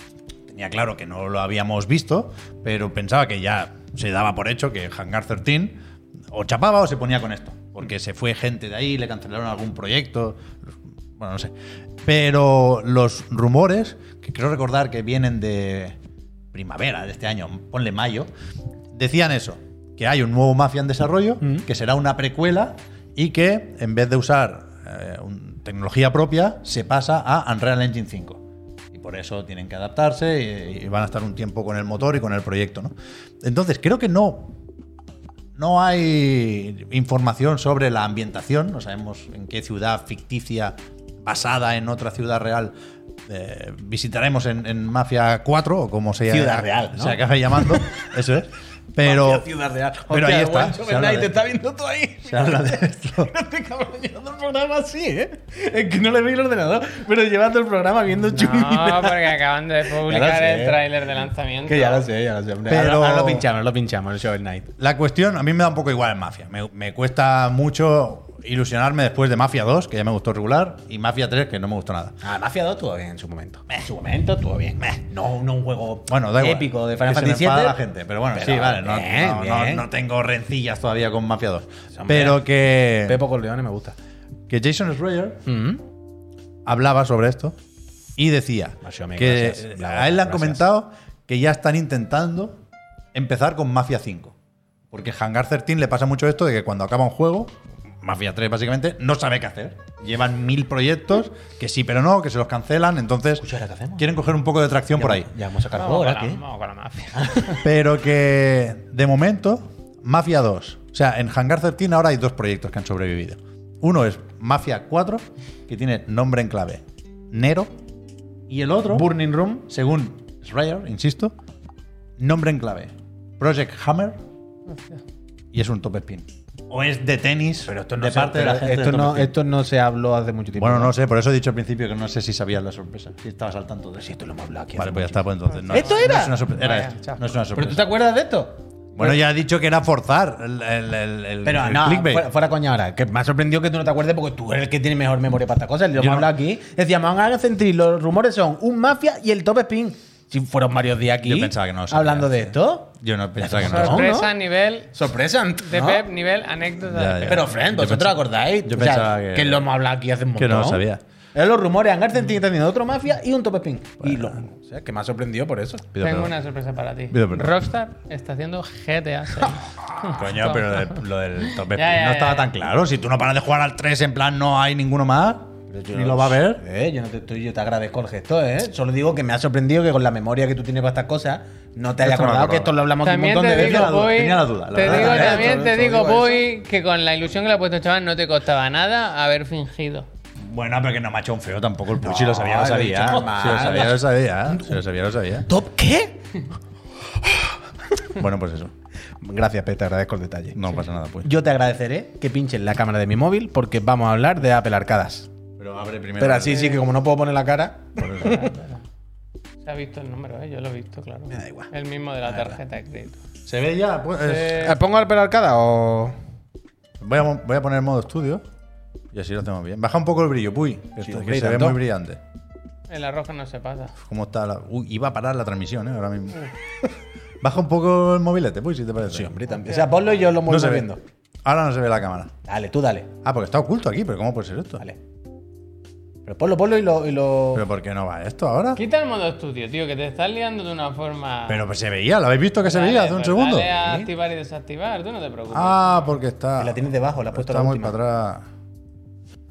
Speaker 2: tenía claro que no lo habíamos visto, pero pensaba que ya se daba por hecho que Hangar 13 o chapaba o se ponía con esto. Porque se fue gente de ahí, le cancelaron algún proyecto. Bueno, no sé. Pero los rumores, que creo recordar que vienen de primavera de este año, ponle mayo, decían eso, que hay un nuevo Mafia en desarrollo, que será una precuela y que en vez de usar eh, un- tecnología propia, se pasa a Unreal Engine 5. Y por eso tienen que adaptarse y, y van a estar un tiempo con el motor y con el proyecto. ¿no? Entonces, creo que no, no hay información sobre la ambientación, no sabemos en qué ciudad ficticia basada en otra ciudad real eh, visitaremos en, en Mafia 4 o como se
Speaker 4: Ciudad real, ¿no?
Speaker 2: Se acabe llamando, eso es. Pero,
Speaker 4: Mafia, Ciudad Real.
Speaker 2: pero
Speaker 4: Hostia,
Speaker 2: ahí está.
Speaker 4: guacho,
Speaker 2: se
Speaker 4: ¿verdad?
Speaker 2: habla
Speaker 4: Y
Speaker 2: de-
Speaker 4: te está viendo tú ahí.
Speaker 2: se habla de esto.
Speaker 4: Este cabrón llevando el programa así, ¿eh? Es que no le vi el ordenador, pero llevando el programa viendo
Speaker 3: No,
Speaker 4: Chumina.
Speaker 3: porque acaban de publicar
Speaker 4: sé.
Speaker 3: el tráiler de lanzamiento.
Speaker 4: Que ya lo sé, ya lo sé. hombre.
Speaker 2: Pero-
Speaker 4: Ahora, ahora lo pinchamos, lo pinchamos, el Shovel Knight.
Speaker 2: La cuestión, a mí me da un poco igual en Mafia. Me, me cuesta mucho ilusionarme después de Mafia 2, que ya me gustó regular, y Mafia 3, que no me gustó nada.
Speaker 4: Ah, Mafia 2 estuvo bien en su momento. En su momento estuvo bien. No, no un juego
Speaker 2: Bueno, da igual.
Speaker 4: épico de Final
Speaker 2: Que se me
Speaker 4: Fantasy
Speaker 2: enfada
Speaker 4: VII.
Speaker 2: la gente, pero bueno,
Speaker 4: Pero
Speaker 2: sí, vale. No,
Speaker 4: bien,
Speaker 2: no- no-
Speaker 4: bien.
Speaker 2: no tengo rencillas todavía con Mafia 2.
Speaker 4: hombre.
Speaker 2: Pero que,
Speaker 4: Pepo Corleone me gusta.
Speaker 2: que Jason Schreier
Speaker 4: Mm.
Speaker 2: hablaba sobre esto y decía
Speaker 4: Macho, me-
Speaker 2: que
Speaker 4: gracias,
Speaker 2: eh,
Speaker 4: Blanca,
Speaker 2: a él le han
Speaker 4: gracias.
Speaker 2: comentado que ya están intentando empezar con Mafia 5. Porque Hangar 13 le pasa mucho esto de que cuando acaba un juego, Mafia 3 básicamente, no sabe qué hacer. Llevan mil proyectos que sí pero no, que se los cancelan, entonces
Speaker 4: Escucha, ¿ahora qué hacemos?
Speaker 2: quieren coger un poco de tracción por ahí.
Speaker 4: Ya vamos a sacar
Speaker 3: Vamos
Speaker 4: juego,
Speaker 3: con,
Speaker 4: ¿verdad?
Speaker 3: la,
Speaker 4: ¿Qué?
Speaker 3: vamos con la mafia.
Speaker 2: Pero que de momento, Mafia 2. O sea, en Hangar 13 ahora hay dos proyectos que han sobrevivido. Uno es Mafia 4, que tiene nombre en clave Nero. Y el otro, Burning Room, según Schreier, insisto, nombre en clave Project Hammer. Y es un top spin. O es de tenis de
Speaker 4: se-
Speaker 2: parte de la
Speaker 4: pero
Speaker 2: gente.
Speaker 4: Esto
Speaker 2: del
Speaker 4: no,
Speaker 2: Top Spin.
Speaker 4: esto no se habló hace mucho tiempo.
Speaker 2: bueno, no sé, por eso he dicho al principio que no sé si sabías la sorpresa. Si estabas al tanto de eso.
Speaker 4: Esto lo hemos hablado aquí.
Speaker 2: Vale,
Speaker 4: hace
Speaker 2: pues ya
Speaker 4: mucho
Speaker 2: está, pues entonces. no-
Speaker 4: ¿Esto
Speaker 2: no
Speaker 4: era?
Speaker 2: es una sorpresa, era
Speaker 3: Vaya,
Speaker 2: esto,
Speaker 3: chao.
Speaker 2: No es una sorpresa.
Speaker 4: tiempo. ¿Pero tú te acuerdas de esto?
Speaker 2: Bueno, ya ha dicho que era forzar el, el- el- el-
Speaker 4: Pero
Speaker 2: el
Speaker 4: no,
Speaker 2: clickbait.
Speaker 4: fuera, fuera coña ahora. Que me ha sorprendido que tú no te acuerdes porque tú eres el que tiene mejor memoria para estas cosas. Lo hemos
Speaker 2: no.
Speaker 4: hablado aquí. Decíamos, van a centrir, los rumores son un mafia y el top spin. Si fueron varios días aquí
Speaker 2: Yo pensaba que no lo sabías,
Speaker 4: hablando de
Speaker 2: sí.
Speaker 4: esto.
Speaker 2: Yo no pensaba que no.
Speaker 4: Pero-
Speaker 3: Sorpresa,
Speaker 4: ¿no?
Speaker 3: nivel
Speaker 4: Sorpresa.
Speaker 3: de
Speaker 4: ¿no?
Speaker 3: Pep, nivel anécdota
Speaker 2: Ya,
Speaker 3: de
Speaker 2: ya.
Speaker 3: Pep.
Speaker 4: Pero, friend,
Speaker 2: Yo
Speaker 4: ¿vosotros
Speaker 2: pensaba-
Speaker 4: acordáis?
Speaker 2: yo
Speaker 4: O sea,
Speaker 2: pensaba que-
Speaker 4: que lo hemos hablado aquí hace un
Speaker 2: que
Speaker 4: montón.
Speaker 2: no lo sabía.
Speaker 4: Eran eh, los rumores. Hangar 13 está teniendo otro mafia y un top spin. Y lo, o sea, que me ha sorprendido por eso.
Speaker 2: Pido
Speaker 3: Tengo
Speaker 2: perdón.
Speaker 3: una sorpresa para ti.
Speaker 2: Pido perdón.
Speaker 3: Rockstar está haciendo GTA 6.
Speaker 2: Coño, pero lo, de- lo del top spin
Speaker 3: Ya, ya,
Speaker 2: no
Speaker 3: ya,
Speaker 2: estaba
Speaker 3: ya.
Speaker 2: tan claro. Si tú no paras de jugar al 3 en plan no hay ninguno más, ni lo va a ver.
Speaker 4: Eh, yo no te estoy, yo te agradezco el gesto, ¿eh? Solo digo que me ha sorprendido que con la memoria que tú tienes para estas cosas, no te haya
Speaker 2: Esto no me
Speaker 4: acordado que
Speaker 2: acordaba.
Speaker 4: esto lo hablamos aquí un
Speaker 3: También
Speaker 4: montón de
Speaker 3: te
Speaker 4: veces.
Speaker 3: digo,
Speaker 2: la duda,
Speaker 3: Boy,
Speaker 2: tenía la duda, la
Speaker 3: te
Speaker 2: verdad.
Speaker 3: digo
Speaker 2: Eso,
Speaker 3: también, te
Speaker 4: eso,
Speaker 3: digo,
Speaker 4: digo
Speaker 3: Boy, que con la ilusión que le ha puesto el chaval no te costaba nada haber fingido.
Speaker 2: Bueno, pero que no me ha hecho un feo tampoco el push. si
Speaker 4: No,
Speaker 2: lo sabía, lo
Speaker 4: lo he
Speaker 2: sabía.
Speaker 4: dicho
Speaker 2: Si lo
Speaker 4: mal.
Speaker 2: sabía, lo sabía. Si lo sabía, lo sabía.
Speaker 4: ¿Top qué?
Speaker 2: Bueno, pues eso.
Speaker 4: Gracias, Pete, te agradezco el detalle.
Speaker 2: No pasa nada, pues.
Speaker 4: Yo te agradeceré que pinches la cámara de mi móvil porque vamos a hablar de Apple Arcadas.
Speaker 2: Pero abre primero.
Speaker 4: Pero así sí que como no puedo poner la cara,
Speaker 3: Se ha visto el número, ¿eh? yo lo he visto, claro. Me
Speaker 4: da igual.
Speaker 3: El mismo de la tarjeta de crédito.
Speaker 2: ¿Se ve ya? Pues,
Speaker 3: Eh,
Speaker 4: ¿pongo Apple Arcadas o...?
Speaker 2: voy, a, mo- voy a poner modo estudio. Y así lo hacemos bien. Baja un poco el brillo, puy. que
Speaker 4: Sí,
Speaker 2: esto-
Speaker 4: hombre,
Speaker 2: que
Speaker 4: y
Speaker 2: se ve
Speaker 4: tanto.
Speaker 2: muy brillante.
Speaker 3: el arroz que no se pasa.
Speaker 2: ¿Cómo está la.? Uy, iba a parar la transmisión, ¿eh? Ahora mismo. Baja un poco el mobilete, pues, si te parece.
Speaker 1: Sí, hombre, también. O sea, ponlo y yo lo
Speaker 2: No
Speaker 1: muevo
Speaker 2: se ve.
Speaker 1: viendo.
Speaker 2: Ahora no se ve la cámara.
Speaker 1: Dale, tú dale.
Speaker 2: Ah, porque está oculto aquí, pero ¿cómo puede ser esto?
Speaker 1: Vale. Pero ponlo, ponlo y lo. Y lo...
Speaker 2: ¿Pero por qué no va esto ahora?
Speaker 3: Quita el modo estudio, tío, que te estás liando de una forma.
Speaker 2: Pero pues se veía, ¿lo habéis visto que se
Speaker 3: Dale,
Speaker 2: veía hace un
Speaker 3: pues
Speaker 2: segundo?
Speaker 3: Dale a
Speaker 2: ¿Sí?
Speaker 3: activar y desactivar, tú no te preocupes.
Speaker 2: Ah, porque está.
Speaker 1: Y la tienes debajo, la has puesto
Speaker 2: Está
Speaker 1: la
Speaker 2: muy
Speaker 1: última.
Speaker 2: para atrás.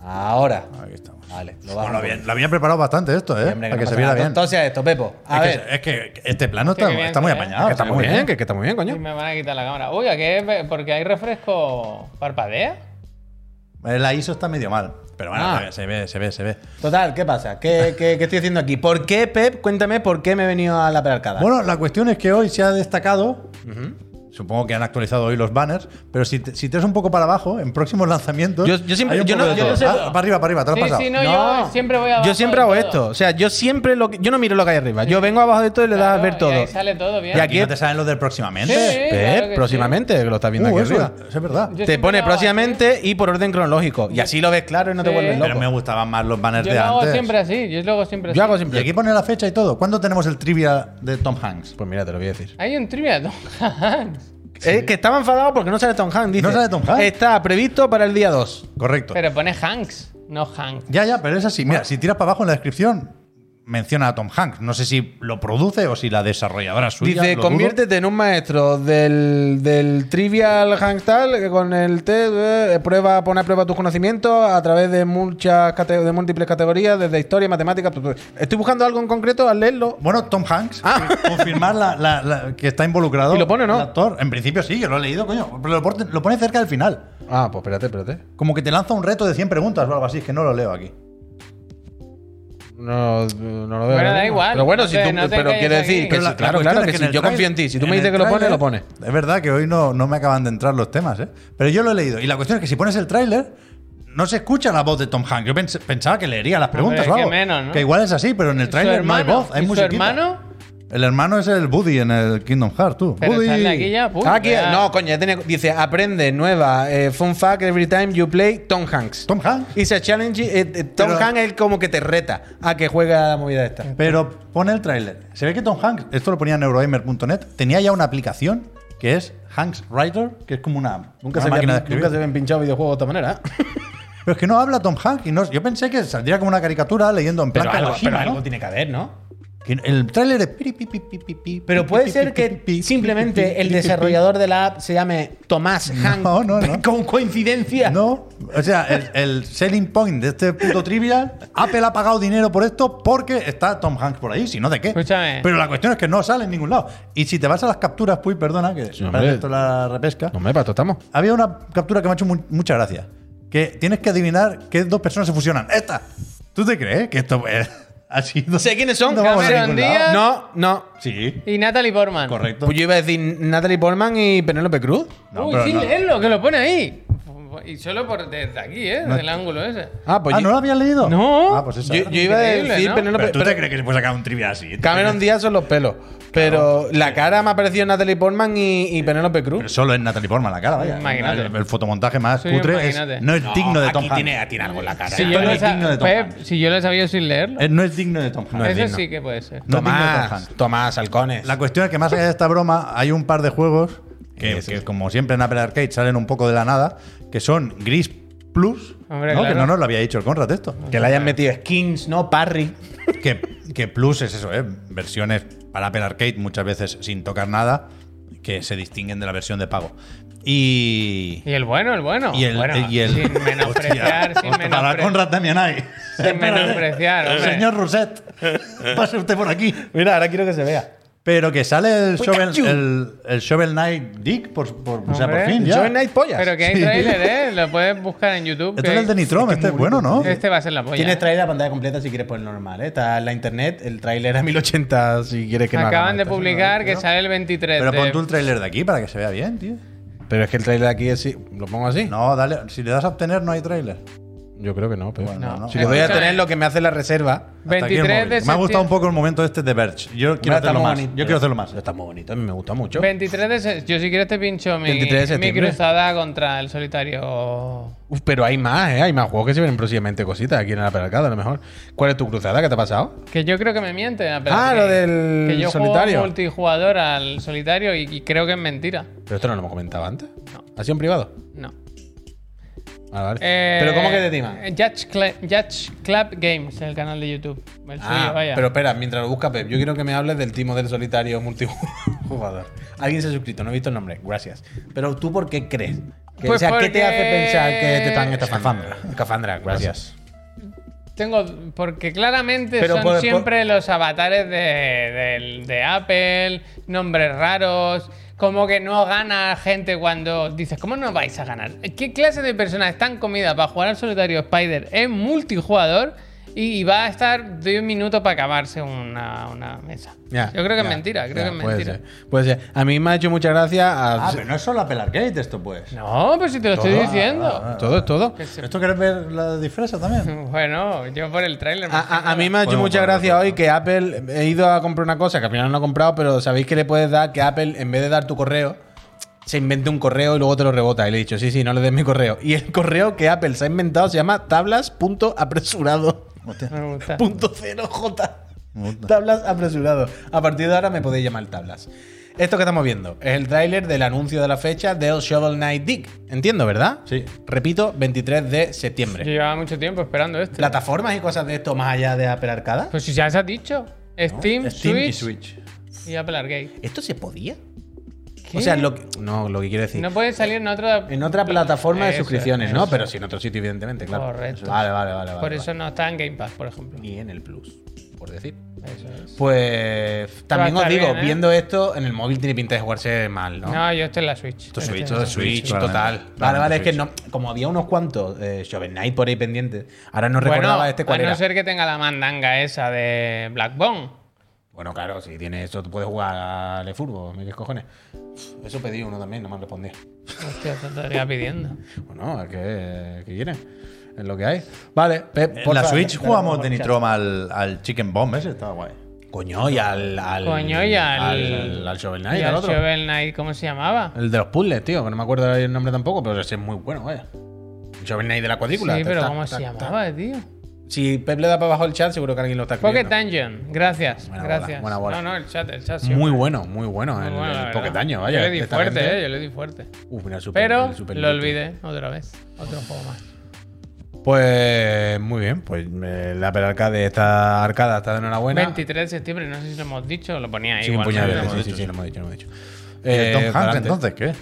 Speaker 1: Ahora.
Speaker 2: Aquí estamos.
Speaker 1: Vale, lo bajo.
Speaker 2: Bueno,
Speaker 1: un
Speaker 2: bien,
Speaker 1: poco.
Speaker 2: lo habían preparado bastante esto, ¿eh?
Speaker 1: Hombre,
Speaker 2: para que
Speaker 1: no
Speaker 2: se
Speaker 1: pasa
Speaker 2: viera
Speaker 1: nada.
Speaker 2: bien.
Speaker 1: Entonces, esto, Pepo. A
Speaker 2: es,
Speaker 1: ver.
Speaker 2: que, es que este plano
Speaker 3: Hostia,
Speaker 2: está,
Speaker 3: qué bien
Speaker 2: está muy
Speaker 3: se ve.
Speaker 2: apañado.
Speaker 1: Que está muy bien, que, que está muy bien,
Speaker 3: Y
Speaker 1: coño.
Speaker 3: me van a quitar la cámara. Uy, ¿a qué? ve- Porque hay refresco. ¿Parpadea?
Speaker 2: Eh, La ISO está medio mal. Pero bueno, eh,
Speaker 1: Ah.
Speaker 2: se ve, se ve, se ve.
Speaker 1: Total, ¿qué pasa? ¿Qué,
Speaker 4: Eh,
Speaker 1: qué, qué estoy haciendo aquí? ¿Por qué, Pep? Cuéntame por qué me he venido a la peralcada.
Speaker 2: Bueno, la cuestión es que hoy se ha destacado. Supongo que han actualizado hoy los banners, pero si te, si te es un poco para abajo, en próximos lanzamientos.
Speaker 1: Yo- yo siempre-
Speaker 2: hay un
Speaker 1: yo
Speaker 2: poco
Speaker 1: no-
Speaker 2: de
Speaker 1: yo no
Speaker 2: todo.
Speaker 1: sé-
Speaker 2: Ah, para arriba, para arriba, te lo has
Speaker 3: Sí,
Speaker 2: pasado.
Speaker 3: sí, no,
Speaker 1: No.
Speaker 3: yo siempre voy a.
Speaker 1: yo siempre hago esto. O sea, yo siempre lo que, yo no miro lo que hay arriba. Yo vengo abajo de todo y le das a ver todo.
Speaker 3: Y ahí sale todo bien.
Speaker 1: Y
Speaker 2: Aquí no te salen los del próximamente.
Speaker 3: Sí.
Speaker 1: Pep,
Speaker 3: claro que
Speaker 1: próximamente, que lo estás viendo
Speaker 2: Uh,
Speaker 1: aquí
Speaker 2: eso
Speaker 1: arriba.
Speaker 2: es- es verdad.
Speaker 3: Yo
Speaker 1: te
Speaker 3: siempre
Speaker 1: pone
Speaker 3: lo hago así.
Speaker 1: próximamente y por orden cronológico. Y así lo ves claro y no te
Speaker 3: Sí.
Speaker 1: vuelves
Speaker 2: Pero me
Speaker 1: loco.
Speaker 2: gustaban más los banners
Speaker 3: Yo
Speaker 2: de
Speaker 3: lo hago
Speaker 2: antes.
Speaker 3: siempre así. Yo lo hago siempre así.
Speaker 1: Yo hago
Speaker 2: Y
Speaker 1: siempre.
Speaker 2: aquí pone la fecha y todo. ¿Cuándo tenemos el trivia de Tom Hanks?
Speaker 1: Pues mira, te lo voy a decir.
Speaker 3: Hay un trivia, Tom Hanks.
Speaker 1: Eh, que estaba enfadado porque no sale Tom Hanks. Dice,
Speaker 2: No sale Tom Hanks.
Speaker 1: Está previsto para el día 2.
Speaker 2: Correcto.
Speaker 3: Pero pone Hanks, no Hanks.
Speaker 2: Ya, ya, pero es así. Mira, si tiras para abajo en la descripción, menciona a Tom Hanks. No sé si lo produce o si la desarrolladora suya.
Speaker 1: Dice,
Speaker 2: lo dudo.
Speaker 1: conviértete en un maestro del, del trivial Hanks tal, que con el test, eh, prueba, pone a prueba tus conocimientos a través de muchas cate- de múltiples categorías, desde historia, matemáticas. tu- tu- Estoy buscando algo en concreto al leerlo.
Speaker 2: Bueno, Tom Hanks, confirmar la, la- la- que está involucrado.
Speaker 1: Ah. ¿Y lo pone o no?
Speaker 2: el actor. En principio sí, yo lo he leído, coño. Pero lo, pone- lo pone cerca del final.
Speaker 1: Ah, pues espérate, espérate.
Speaker 2: Como que te lanza un reto de 100 preguntas o algo así, es que no lo leo aquí.
Speaker 1: No, no lo veo.
Speaker 3: Bueno,
Speaker 1: ahora
Speaker 3: da
Speaker 1: mismo.
Speaker 3: igual,
Speaker 1: Pero bueno,
Speaker 3: no
Speaker 1: si
Speaker 3: te-
Speaker 1: tú,
Speaker 3: no te
Speaker 1: pero
Speaker 3: calles
Speaker 1: quiere
Speaker 3: aquí.
Speaker 1: decir que
Speaker 2: Pero
Speaker 3: Pero
Speaker 1: sí,
Speaker 2: la- la
Speaker 1: claro,
Speaker 2: cuestión
Speaker 1: claro
Speaker 2: es
Speaker 1: que,
Speaker 2: en
Speaker 1: sí.
Speaker 2: el
Speaker 1: Yo confío en
Speaker 2: tráiler-
Speaker 1: ti. Si tú
Speaker 2: en
Speaker 1: me dices
Speaker 2: el
Speaker 1: que lo pone,
Speaker 2: tráiler-
Speaker 1: lo pone.
Speaker 2: Es verdad que hoy no, no me acaban de entrar los temas, ¿eh? Pero yo lo he leído. Y la cuestión es que si pones el tráiler, no se escucha la voz de Tom Hanks. Yo pens- pensaba que leería las preguntas
Speaker 3: Hombre,
Speaker 2: o
Speaker 3: que
Speaker 2: algo.
Speaker 3: menos, ¿no?
Speaker 2: Que igual es así, pero en el
Speaker 3: ¿Su
Speaker 2: tráiler no hay
Speaker 3: hermano?
Speaker 2: voz, hay
Speaker 3: ¿Y su
Speaker 2: musiquita.
Speaker 3: hermano?
Speaker 2: El hermano es el Buddy en el Kingdom Hearts, tú.
Speaker 3: Pero
Speaker 2: Buddy.
Speaker 3: sale aquí ya, pum,
Speaker 1: Ah, aquí-
Speaker 3: ya.
Speaker 1: no, coño, ya tenía- dice, aprende nueva, eh, fun fact every time you play Tom Hanks.
Speaker 2: Tom Hanks.
Speaker 1: It's a challenge, eh, eh, Tom
Speaker 2: Pero-
Speaker 1: Hanks es como que te reta a que juegue a la movida esta.
Speaker 2: Pero pone el tráiler. Se ve que Tom Hanks, esto lo ponía en Eurogamer.net, tenía ya una aplicación que es Hanks Writer, que es como una,
Speaker 1: Nunca
Speaker 2: una
Speaker 1: se,
Speaker 2: máquina de
Speaker 1: habían,
Speaker 2: escribir.
Speaker 1: nunca se habían pinchado videojuegos de esta manera. ¿eh?
Speaker 2: Pero es que no habla Tom Hanks. Y no, yo pensé que saldría como una caricatura leyendo en plan
Speaker 1: Pero, algo,
Speaker 2: Kawashima,
Speaker 1: pero
Speaker 2: ¿no?
Speaker 1: algo tiene que haber, ¿no?
Speaker 2: Que El tráiler es piri, pi, pi, pi, pi, pi,
Speaker 1: Pero
Speaker 2: pi,
Speaker 1: puede
Speaker 2: pi,
Speaker 1: ser
Speaker 2: pi, pi,
Speaker 1: que
Speaker 2: pi, pi, pi,
Speaker 1: simplemente el
Speaker 2: pi, pi, pi.
Speaker 1: desarrollador de la app se llame Tomás Hanks.
Speaker 2: No, no, no.
Speaker 1: Con coincidencia.
Speaker 2: No, o sea, el, el selling point de este puto trivial, Apple ha pagado dinero por esto porque está Tom Hanks por ahí, si no, ¿de qué?
Speaker 3: Escúchame.
Speaker 2: Pero la cuestión es que no sale en ningún lado. Y si te vas a las capturas, Puy, perdona, que
Speaker 1: Sí, hombre.
Speaker 2: parece esto la repesca.
Speaker 1: me pato, estamos.
Speaker 2: Había una captura que me ha hecho mu- mucha gracia. Que tienes que adivinar qué dos personas se fusionan. ¡Esta! ¿Tú te crees que esto eh, ha sido...?
Speaker 1: Sé quiénes son.
Speaker 2: No vamos a
Speaker 3: Cameron
Speaker 2: ningún lado.
Speaker 3: Díaz.
Speaker 1: No, no.
Speaker 2: Sí,
Speaker 3: Y Natalie Portman.
Speaker 2: correcto.
Speaker 1: Pues yo iba a decir Natalie Portman y Penélope Cruz.
Speaker 2: No,
Speaker 3: Uy,
Speaker 2: pero
Speaker 3: sí,
Speaker 2: no.
Speaker 3: leerlo, que lo pone ahí. Y solo por desde aquí, ¿eh? Desde el ángulo ese.
Speaker 1: Ah, pues
Speaker 2: ah,
Speaker 1: yo,
Speaker 2: ¿no lo habías leído?
Speaker 3: No.
Speaker 2: Ah, pues esa
Speaker 1: yo-
Speaker 2: era.
Speaker 1: yo iba a
Speaker 3: Increíble,
Speaker 1: decir
Speaker 3: ¿no?
Speaker 1: Penélope
Speaker 2: ¿Pero tú
Speaker 1: pero
Speaker 2: te crees que se puede sacar un trivial así?
Speaker 4: Eh.
Speaker 1: Cameron Díaz son los pelos. Pero la cara me ha parecido Natalie Portman y, y Penélope
Speaker 2: Pero
Speaker 1: Cruz.
Speaker 2: solo es Natalie Portman la cara, vaya.
Speaker 3: Imagínate.
Speaker 2: El, el fotomontaje más
Speaker 3: Sí,
Speaker 2: cutre es-
Speaker 3: imagínate.
Speaker 2: no es digno de Tom Hanks.
Speaker 1: Ah, tiene algo en la cara.
Speaker 3: Si
Speaker 2: Esto
Speaker 3: yo,
Speaker 2: no
Speaker 3: lo
Speaker 2: es
Speaker 3: sa-
Speaker 2: digno de Tom
Speaker 3: Pep,
Speaker 2: Hanks.
Speaker 3: si yo lo sabía sin leerlo.
Speaker 2: Eh, No es digno de Tom Hanks.
Speaker 1: es
Speaker 3: eso
Speaker 1: digno.
Speaker 3: sí que puede ser.
Speaker 2: No es digno de Tom
Speaker 1: Tomás,
Speaker 2: Hanks.
Speaker 1: Tomás, halcones.
Speaker 2: La cuestión es que más allá de esta broma, hay un par de juegos que,
Speaker 1: Eso
Speaker 2: que
Speaker 1: sí.
Speaker 2: como siempre en Apple Arcade, salen un poco de la nada, que son Gris Plus,
Speaker 3: Hombre,
Speaker 2: ¿no?
Speaker 3: claro.
Speaker 2: que no nos lo había dicho el Conrad esto.
Speaker 1: Que le hayan metido skins, ¿no? Parry.
Speaker 2: que, que Plus es eso, ¿eh? versiones para Apple Arcade muchas veces sin tocar nada, que se distinguen de la versión de pago. Y...
Speaker 3: Y el bueno, el bueno.
Speaker 2: Y el, eh,
Speaker 3: Bueno,
Speaker 2: y el-
Speaker 3: Sin menospreciar,
Speaker 2: Hostia,
Speaker 3: sin
Speaker 2: hostia, Para
Speaker 3: menospreciar.
Speaker 2: Conrad también hay.
Speaker 3: Sin menospreciar, hombre.
Speaker 2: Señor Roset, pase usted por aquí.
Speaker 1: Mira, ahora quiero que se vea.
Speaker 2: Pero que sale el Shovel,
Speaker 1: Pikachu.
Speaker 2: el, el Shovel Knight Dick, por, por- o sea, por
Speaker 3: Hombre.
Speaker 2: fin ya.
Speaker 1: Joy Night Pollas.
Speaker 3: Pero que hay
Speaker 2: Sí.
Speaker 3: trailer, ¿eh? Lo puedes buscar en YouTube.
Speaker 2: Este
Speaker 3: que-
Speaker 2: es el de Nitrom, este es bueno, ¿no?
Speaker 3: Este va a ser la polla.
Speaker 1: Tienes
Speaker 3: ¿eh?
Speaker 1: trailer a pantalla completa si quieres poner normal, ¿eh? Está en la internet, el trailer a 1080 si quieres que no
Speaker 3: Acaban
Speaker 1: hagamos
Speaker 3: de
Speaker 1: esto.
Speaker 3: publicar que
Speaker 2: ¿no?
Speaker 3: sale el 23
Speaker 2: Pero pon
Speaker 3: de-
Speaker 2: tú el trailer de aquí para que se vea bien, tío.
Speaker 1: Pero es que el trailer aquí es... ¿Lo pongo así?
Speaker 2: No, dale, si le das a obtener no hay trailer.
Speaker 4: Yo creo que no, pero.
Speaker 2: Bueno, no, no.
Speaker 4: Si lo voy a
Speaker 3: Escúchame.
Speaker 4: tener lo que me hace la reserva.
Speaker 2: Hasta aquí el
Speaker 3: 23 de
Speaker 2: móvil. Me ha gustado
Speaker 3: septiembre.
Speaker 2: un poco el momento este de Verge. Yo quiero
Speaker 4: Está
Speaker 2: hacerlo
Speaker 4: muy
Speaker 2: más. Yo
Speaker 4: bonito.
Speaker 2: quiero hacerlo más.
Speaker 4: Está muy bonito, a mí me gusta mucho.
Speaker 3: 23 de se- Yo si quieres te pincho mi,
Speaker 4: 23 de
Speaker 3: mi
Speaker 4: septiembre.
Speaker 3: cruzada contra el solitario.
Speaker 4: Uf, pero hay más, ¿eh? Hay más juegos que se vienen próximamente cositas aquí en el aparcado, a lo mejor. ¿Cuál es tu cruzada? ¿Qué te ha pasado?
Speaker 3: Que yo creo que me miente. pero
Speaker 4: Ah,
Speaker 3: que-
Speaker 4: lo del
Speaker 3: que yo
Speaker 4: solitario.
Speaker 3: Juego multijugador al solitario y, y creo que es mentira.
Speaker 4: Pero esto no lo hemos comentado antes. ¿Ha sido en privado?
Speaker 3: No.
Speaker 4: Vale, vale.
Speaker 3: Eh,
Speaker 4: ¿Pero cómo que te timan?
Speaker 3: eh, Judge, Cla- Judge Club Games, el canal de YouTube. El
Speaker 4: Ah,
Speaker 3: suyo, vaya.
Speaker 4: pero espera, mientras lo busca Pep, yo quiero que me hables del timo del solitario multijugador. Alguien se ha suscrito, no he visto el nombre, gracias. Pero tú, ¿por qué crees? Que-
Speaker 3: Pues
Speaker 4: o sea, ¿qué
Speaker 3: porque-
Speaker 4: te hace pensar que te están estafando? Escafandra, gracias.
Speaker 3: Tengo. Porque claramente
Speaker 4: Pero
Speaker 3: son
Speaker 4: por- por-
Speaker 3: siempre los avatares de, del- de Apple, nombres raros. Como que no gana gente cuando dices, ¿cómo no vais a ganar? ¿Qué clase de personas están comidas para jugar al solitario Spider en multijugador y va a estar 10 minutos para acabarse una, una mesa?
Speaker 4: Ya,
Speaker 3: Yo creo que
Speaker 4: ya,
Speaker 3: es mentira, creo
Speaker 4: ya,
Speaker 3: que es
Speaker 4: puede
Speaker 3: mentira.
Speaker 4: ser, puede ser. A mí me ha hecho mucha gracia. a-
Speaker 2: Ah, pero no es solo Apple Arcade esto, pues.
Speaker 3: No, pero si te lo estoy
Speaker 4: Todo. ah,
Speaker 3: diciendo.
Speaker 4: Todo, todo.
Speaker 3: Que se-
Speaker 2: ¿Esto querés ver la disfraza también?
Speaker 3: Bueno, yo por el tráiler.
Speaker 4: A,
Speaker 3: más que
Speaker 4: a- a
Speaker 3: nada.
Speaker 4: mí me ha hecho
Speaker 2: Podemos
Speaker 4: mucha
Speaker 2: ponerlo,
Speaker 4: gracia hoy que Apple. He ido a comprar una cosa que al final no he comprado, pero sabéis que le puedes dar que Apple, en vez de dar tu correo, se invente un correo y luego te lo rebota. Y le he dicho, sí, sí, no le des mi correo. Y el correo que Apple se ha inventado se llama tablas.apresurado.
Speaker 2: Hostia.
Speaker 3: Me gusta.
Speaker 4: Punto cero J. Tablas apresurado. A partir de ahora me podéis llamar tablas. Esto que estamos viendo es el tráiler del anuncio de la fecha del Shovel Knight Dig. Entiendo, ¿verdad?
Speaker 2: Sí.
Speaker 4: Repito, 23 de
Speaker 3: Yo
Speaker 4: septiembre.
Speaker 3: llevaba mucho tiempo esperando esto.
Speaker 4: ¿Plataformas y cosas de esto más allá de Apple Arcade?
Speaker 3: Pues si ya se has dicho.
Speaker 2: Steam
Speaker 3: Steam, Switch,
Speaker 2: y Switch.
Speaker 3: y Apple Arcade.
Speaker 4: ¿Esto se podía?
Speaker 3: ¿Qué?
Speaker 4: O sea, lo que, no, lo que quiero decir.
Speaker 3: No puede salir en otra.
Speaker 4: en otra plataforma de
Speaker 3: Eso,
Speaker 4: suscripciones, ¿no?
Speaker 3: eso.
Speaker 4: Pero sí en otro sitio, evidentemente, claro.
Speaker 3: Correcto.
Speaker 4: Vale, vale, vale.
Speaker 3: Por
Speaker 4: vale,
Speaker 3: eso no está en Game Pass, por ejemplo.
Speaker 4: vale. Ni en el Plus, por decir.
Speaker 3: Eso es.
Speaker 4: Pues también
Speaker 3: Va a estar
Speaker 4: os digo,
Speaker 3: bien, ¿eh?
Speaker 4: viendo esto, en el móvil tiene pinta de jugarse mal, ¿no?
Speaker 3: No, yo estoy en la Switch.
Speaker 4: Esto es
Speaker 3: Estoy
Speaker 4: Switch,
Speaker 3: en
Speaker 4: esto
Speaker 3: la
Speaker 4: es Switch,
Speaker 2: Switch,
Speaker 4: total.
Speaker 2: claramente.
Speaker 4: Vale, vale, es
Speaker 2: Claramente
Speaker 4: que no, como había unos cuantos eh, Shovel Knight por ahí pendientes, ahora no
Speaker 3: Bueno,
Speaker 4: recordaba este cuál
Speaker 3: a no
Speaker 4: era.
Speaker 3: ser que tenga la mandanga esa de Blackbone.
Speaker 4: Bueno, claro, si tienes eso, tú puedes jugar al fútbol, ¿qué cojones? Uf, Eso pedí uno también, no me han respondido.
Speaker 3: Hostia, esto te estaría pidiendo.
Speaker 4: Bueno, es que, ¿qué quieres? Es lo que hay. Vale, Pep,
Speaker 2: En
Speaker 4: porfa,
Speaker 2: la Switch
Speaker 4: dale,
Speaker 2: jugamos
Speaker 4: dale,
Speaker 2: de Nitroma al, al Chicken Bomb, ese estaba guay.
Speaker 4: dale. Coño, y al. al
Speaker 3: Coño, y al.
Speaker 4: Al, al Shovel Knight,
Speaker 3: y
Speaker 4: al
Speaker 3: al
Speaker 4: otro.
Speaker 3: Shovel Knight, ¿cómo se llamaba?
Speaker 4: El de los puzzles, tío, que no me acuerdo el nombre tampoco, pero ese es muy bueno, vaya. El Shovel Knight de la
Speaker 3: Sí,
Speaker 4: cuadrícula. ta,
Speaker 3: pero
Speaker 4: ta,
Speaker 3: ¿cómo
Speaker 4: ta,
Speaker 3: se
Speaker 4: ta.
Speaker 3: llamaba, tío?
Speaker 4: Si Pep le da para abajo el chat, seguro que alguien lo está
Speaker 3: Pocket
Speaker 4: escribiendo.
Speaker 3: Dungeon, gracias,
Speaker 4: Buena bola,
Speaker 3: gracias.
Speaker 4: buena bola.
Speaker 3: No, no, el chat, el chat. sí.
Speaker 4: Muy bueno, muy bueno.
Speaker 3: Muy
Speaker 4: el,
Speaker 3: bueno,
Speaker 4: Ah, el
Speaker 3: la verdad.
Speaker 4: Pocket Daño,
Speaker 3: Yo
Speaker 4: vaya.
Speaker 3: le di
Speaker 4: esta
Speaker 3: fuerte,
Speaker 4: gente-
Speaker 3: eh, yo le di fuerte.
Speaker 4: Uf, mira, el Super-
Speaker 3: Pero
Speaker 4: el Super
Speaker 3: lo
Speaker 4: Nintendo.
Speaker 3: olvidé otra vez. Otro juego más.
Speaker 4: Pues muy bien, pues eh, la Apple Arcade está arcada, está de enhorabuena.
Speaker 3: 23 de septiembre, no sé si lo hemos dicho, lo ponía ahí.
Speaker 4: Sí, un
Speaker 3: igual,
Speaker 4: puñado
Speaker 3: no
Speaker 4: de
Speaker 3: lo
Speaker 4: veces,
Speaker 3: hemos
Speaker 4: sí,
Speaker 3: dicho.
Speaker 4: sí, sí, lo hemos dicho, lo hemos dicho.
Speaker 2: Eh,
Speaker 4: Eh,
Speaker 2: Tom Hanks,
Speaker 4: pa'lante.
Speaker 2: entonces, ¿qué?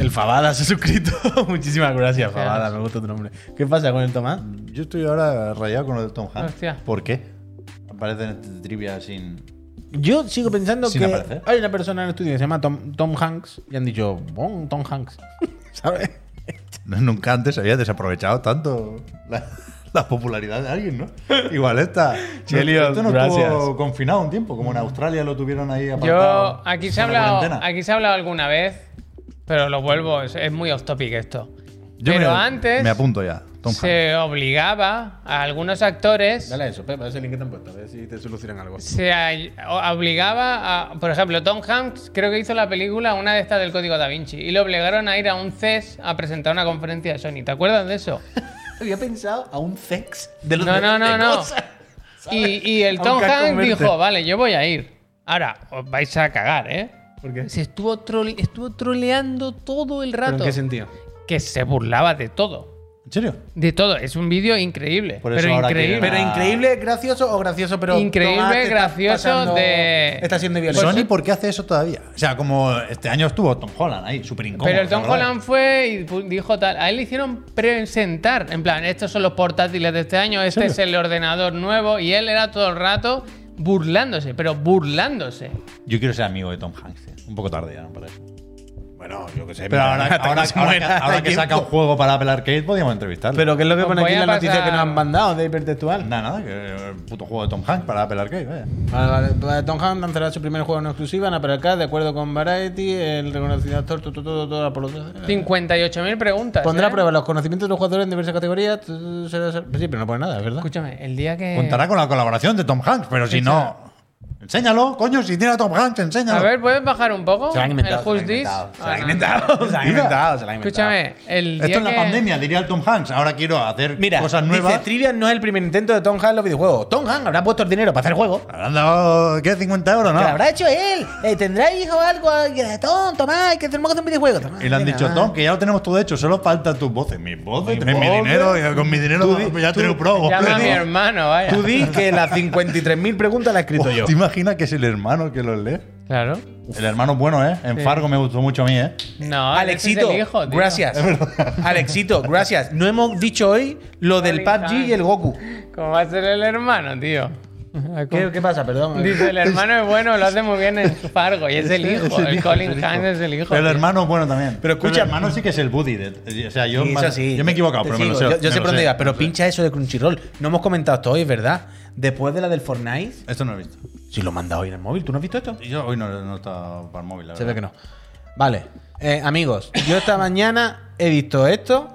Speaker 4: El Fabada se ha suscrito. Muchísimas gracias, Fabada, me gusta tu nombre. ¿Qué pasa con el Tomás?
Speaker 2: Yo estoy ahora rayado con lo del Tom Hanks.
Speaker 3: Hostia.
Speaker 2: ¿Por qué? Aparece en este trivia sin.
Speaker 4: Yo sigo pensando
Speaker 2: Sin
Speaker 4: que
Speaker 2: aparecer.
Speaker 4: hay una persona en el estudio que se llama Tom, Tom Hanks y han dicho, bon, Tom Hanks. ¿Sabes?
Speaker 2: Nunca antes había desaprovechado tanto la, la popularidad de alguien, ¿no? Igual esta.
Speaker 4: Chelio,
Speaker 2: esto no
Speaker 4: gracias.
Speaker 2: estuvo confinado un tiempo, como en Australia lo tuvieron ahí apartado.
Speaker 3: Yo, aquí se, ha
Speaker 2: en la
Speaker 3: hablado,
Speaker 2: cuarentena.
Speaker 3: aquí se ha hablado alguna vez, pero lo vuelvo, es, es muy off topic esto.
Speaker 2: Yo
Speaker 3: pero
Speaker 2: me-
Speaker 3: antes
Speaker 2: Me apunto ya. Tom Hanks.
Speaker 3: se obligaba a algunos actores,
Speaker 4: Dale a eso, Pepa, ese link que te han puesto, a ver si te solucionan algo.
Speaker 3: se ay- o- obligaba a, por ejemplo, Tom Hanks creo que hizo la película una de estas del Código Da Vinci y le obligaron a ir a un CES a presentar una conferencia de Sony. ¿Te acuerdas de eso?
Speaker 4: Había pensado a un sex de los
Speaker 3: No,
Speaker 4: de-
Speaker 3: no, no,
Speaker 4: de
Speaker 3: no.
Speaker 4: cosas.
Speaker 3: Y, y el
Speaker 4: A un
Speaker 3: Tom
Speaker 4: casco
Speaker 3: Hanks
Speaker 4: verde.
Speaker 3: dijo, vale, yo voy a ir. Ahora, os vais a cagar, ¿eh?
Speaker 4: ¿Por qué?
Speaker 3: Se estuvo, trole- estuvo troleando todo el
Speaker 4: ¿Pero
Speaker 3: rato.
Speaker 4: en qué sentido?
Speaker 3: que se burlaba de todo.
Speaker 2: ¿En serio?
Speaker 3: De todo. Es un vídeo increíble.
Speaker 2: Por
Speaker 3: pero
Speaker 2: eso ahora
Speaker 3: increíble.
Speaker 2: quieren
Speaker 4: ¿Pero increíble, gracioso o gracioso, pero.
Speaker 3: Increíble,
Speaker 4: Tomás, te estás
Speaker 3: gracioso
Speaker 4: pasando-
Speaker 3: de- Pues
Speaker 4: Está siendo
Speaker 2: ¿Y
Speaker 4: violento.
Speaker 2: Sony por qué hace eso todavía? O sea, como este año estuvo Tom Holland ahí, súper incómodo.
Speaker 3: Pero el Tom
Speaker 2: la verdad.
Speaker 3: Holland fue y pu- dijo tal. A él le hicieron presentar. En plan, estos son los portátiles de este año, este
Speaker 2: serio?
Speaker 3: es el ordenador nuevo. Y él era todo el rato burlándose, pero burlándose.
Speaker 2: Yo quiero ser amigo de Tom Hanks. tío. Un poco tarde ya, ¿no? Para eso.
Speaker 4: Bueno, yo qué sé.
Speaker 2: Pero
Speaker 4: mira,
Speaker 2: ahora,
Speaker 4: hasta
Speaker 2: ahora-
Speaker 4: se
Speaker 2: ahora-
Speaker 4: muera,
Speaker 2: ahora
Speaker 4: hay
Speaker 2: que saca un
Speaker 4: tiempo.
Speaker 2: juego para Apple Arcade, podríamos entrevistarlo.
Speaker 4: Pero ¿qué es lo que
Speaker 3: Os
Speaker 4: pone
Speaker 3: pues voy
Speaker 4: aquí en
Speaker 3: a
Speaker 4: la noticia
Speaker 3: pasar-
Speaker 4: que nos han mandado de hipertextual?
Speaker 2: Nada, nada, que el puto juego de Tom Hanks para Apple Arcade, vaya.
Speaker 3: Eh.
Speaker 4: Vale, vale. Pues Tom Hanks lanzará su primer juego en exclusiva en Apple Arcade, de acuerdo con Variety, el reconocido actor, tu, tu, tu, tu, tu, Apolo-
Speaker 3: 58.000 preguntas.
Speaker 4: Pondrá
Speaker 3: ¿eh?
Speaker 4: a prueba los conocimientos de los jugadores en diversas categorías. tu, tu, tu, será- será- Sí, pero no pone nada, es ¿verdad?
Speaker 3: Escúchame, el día que.
Speaker 2: Contará con la colaboración de Tom Hanks, pero si no. Enséñalo, coño, si tiene a Tom Hanks, enséñalo.
Speaker 3: A ver, ¿puedes bajar un poco?
Speaker 4: Se lo han inventado.
Speaker 3: El
Speaker 4: se lo han
Speaker 3: Who's This?
Speaker 4: inventado, Se lo
Speaker 3: Ah,
Speaker 4: han
Speaker 3: no.
Speaker 4: inventado. Se lo han inventado. se lo han inventado.
Speaker 3: Escúchame, el día
Speaker 2: Esto es la
Speaker 3: que-
Speaker 2: pandemia, diría el Tom Hanks. Ahora quiero hacer
Speaker 4: Mira,
Speaker 2: cosas nuevas.
Speaker 4: dice Trivian no es el primer intento de Tom Hanks en los videojuegos. Tom Hanks habrá puesto el dinero para hacer juegos.
Speaker 2: Habrán dado, ¿qué? 50 euros, ¿no?
Speaker 4: Que lo habrá hecho él. Eh, ¿Tendrá hijo o algo? Eh, Tom, Tomás, que tenemos que hacer un videojuego. Tomás,
Speaker 2: Y le han
Speaker 4: venga,
Speaker 2: dicho,
Speaker 4: va.
Speaker 2: Tom, que ya lo tenemos todo hecho, solo faltan tus voces. Mis voces,
Speaker 4: Mis
Speaker 2: tenés mi
Speaker 4: voces.
Speaker 2: dinero, y con mi dinero
Speaker 4: Tú
Speaker 2: pues
Speaker 4: di-
Speaker 2: ya
Speaker 4: tú-
Speaker 2: tengo pro.
Speaker 3: Llama a mi
Speaker 2: Pero-
Speaker 3: hermano, vaya.
Speaker 4: Tú di que las 53.000 preguntas las he escrito
Speaker 2: Buah,
Speaker 4: yo.
Speaker 2: ¿Te imaginas que es el hermano que los lee?
Speaker 3: Claro.
Speaker 2: El hermano es bueno, ¿eh? En Fargo me gustó mucho a mí, ¿eh?
Speaker 3: No, ese
Speaker 4: Alexito,
Speaker 3: es el hijo, tío.
Speaker 4: gracias. Alexito, gracias. No hemos dicho hoy lo del
Speaker 3: Colin
Speaker 4: PUBG
Speaker 3: Hanks.
Speaker 4: y el Goku.
Speaker 3: ¿Cómo va a ser el hermano, tío?
Speaker 4: ¿Qué, qué pasa? Perdón.
Speaker 3: Dice, el hermano es bueno, lo hace muy bien en Fargo y es el hijo.
Speaker 2: Es
Speaker 3: el, Colin
Speaker 2: es el
Speaker 3: Hanks es el hijo.
Speaker 2: Pero el
Speaker 3: tío.
Speaker 2: hermano es bueno también.
Speaker 4: Pero escucha-
Speaker 2: el hermano sí que es el buddy. de- o sea, yo,
Speaker 4: Sí, eso
Speaker 2: más-
Speaker 4: sí.
Speaker 2: yo me he equivocado,
Speaker 4: Te
Speaker 2: pero me lo sé.
Speaker 4: sigo. Yo, yo
Speaker 2: me
Speaker 4: sé
Speaker 2: lo
Speaker 4: por dónde ibas, pero
Speaker 2: me lo
Speaker 4: pincha eso de Crunchyroll. No hemos comentado esto hoy, ¿verdad? Después de la del Fortnite.
Speaker 2: sé. Esto no lo he visto.
Speaker 4: Si lo manda hoy en el móvil, ¿tú no has visto esto?
Speaker 2: Yo hoy no, no estaba para el móvil, la
Speaker 4: Se ve
Speaker 2: verdad.
Speaker 4: que no. Vale, eh, amigos, yo esta mañana he visto esto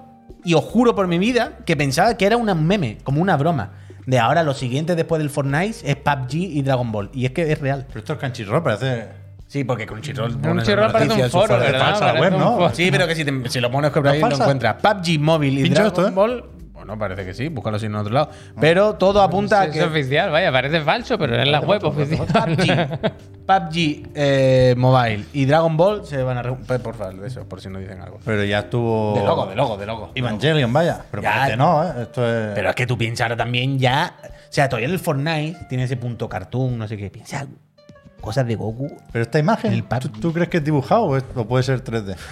Speaker 4: y os juro por mi vida que pensaba que era un meme, como una broma. De ahora, lo siguiente después del Fortnite es PUBG y Dragon Ball. Y es que es real.
Speaker 2: Pero esto es canchirro, parece.
Speaker 4: Sí, porque Crunchyroll. pone
Speaker 3: Crunchyroll
Speaker 4: las
Speaker 3: parece
Speaker 4: noticias
Speaker 3: un
Speaker 4: en su
Speaker 3: foro,
Speaker 4: foro de
Speaker 3: ¿verdad?
Speaker 4: falsa.
Speaker 2: la web,
Speaker 3: Parece un
Speaker 2: ¿no?
Speaker 3: foro.
Speaker 4: Sí, pero que si, te- si lo pones que por ahí
Speaker 2: ¿Es
Speaker 4: lo
Speaker 2: falsa?
Speaker 4: encuentras. PUBG Móvil y
Speaker 2: Pincho
Speaker 4: Dragon
Speaker 2: esto, ¿eh?
Speaker 4: Ball. Bueno, parece que sí, búscalo así en otro lado. Pero todo apunta a
Speaker 3: Es
Speaker 4: que.
Speaker 3: oficial, vaya, parece falso, pero es la web oficial.
Speaker 4: PUBG, PUBG eh, Mobile y Dragon Ball se van a. re- Por favor, de eso, por si no dicen algo.
Speaker 2: Pero ya estuvo.
Speaker 4: De logo, de logo, de logo.
Speaker 2: Evangelion, vaya. Pero
Speaker 4: Ya.
Speaker 2: parece no, ¿eh? Esto es.
Speaker 4: Pero es que tú piensas ahora también ya. O sea, todavía el Fortnite tiene ese punto cartoon, no sé qué. Piensa cosas de Goku.
Speaker 2: Pero esta imagen,
Speaker 4: El papi.
Speaker 2: ¿tú, tú crees que es dibujado o, es- o puede ser 3D?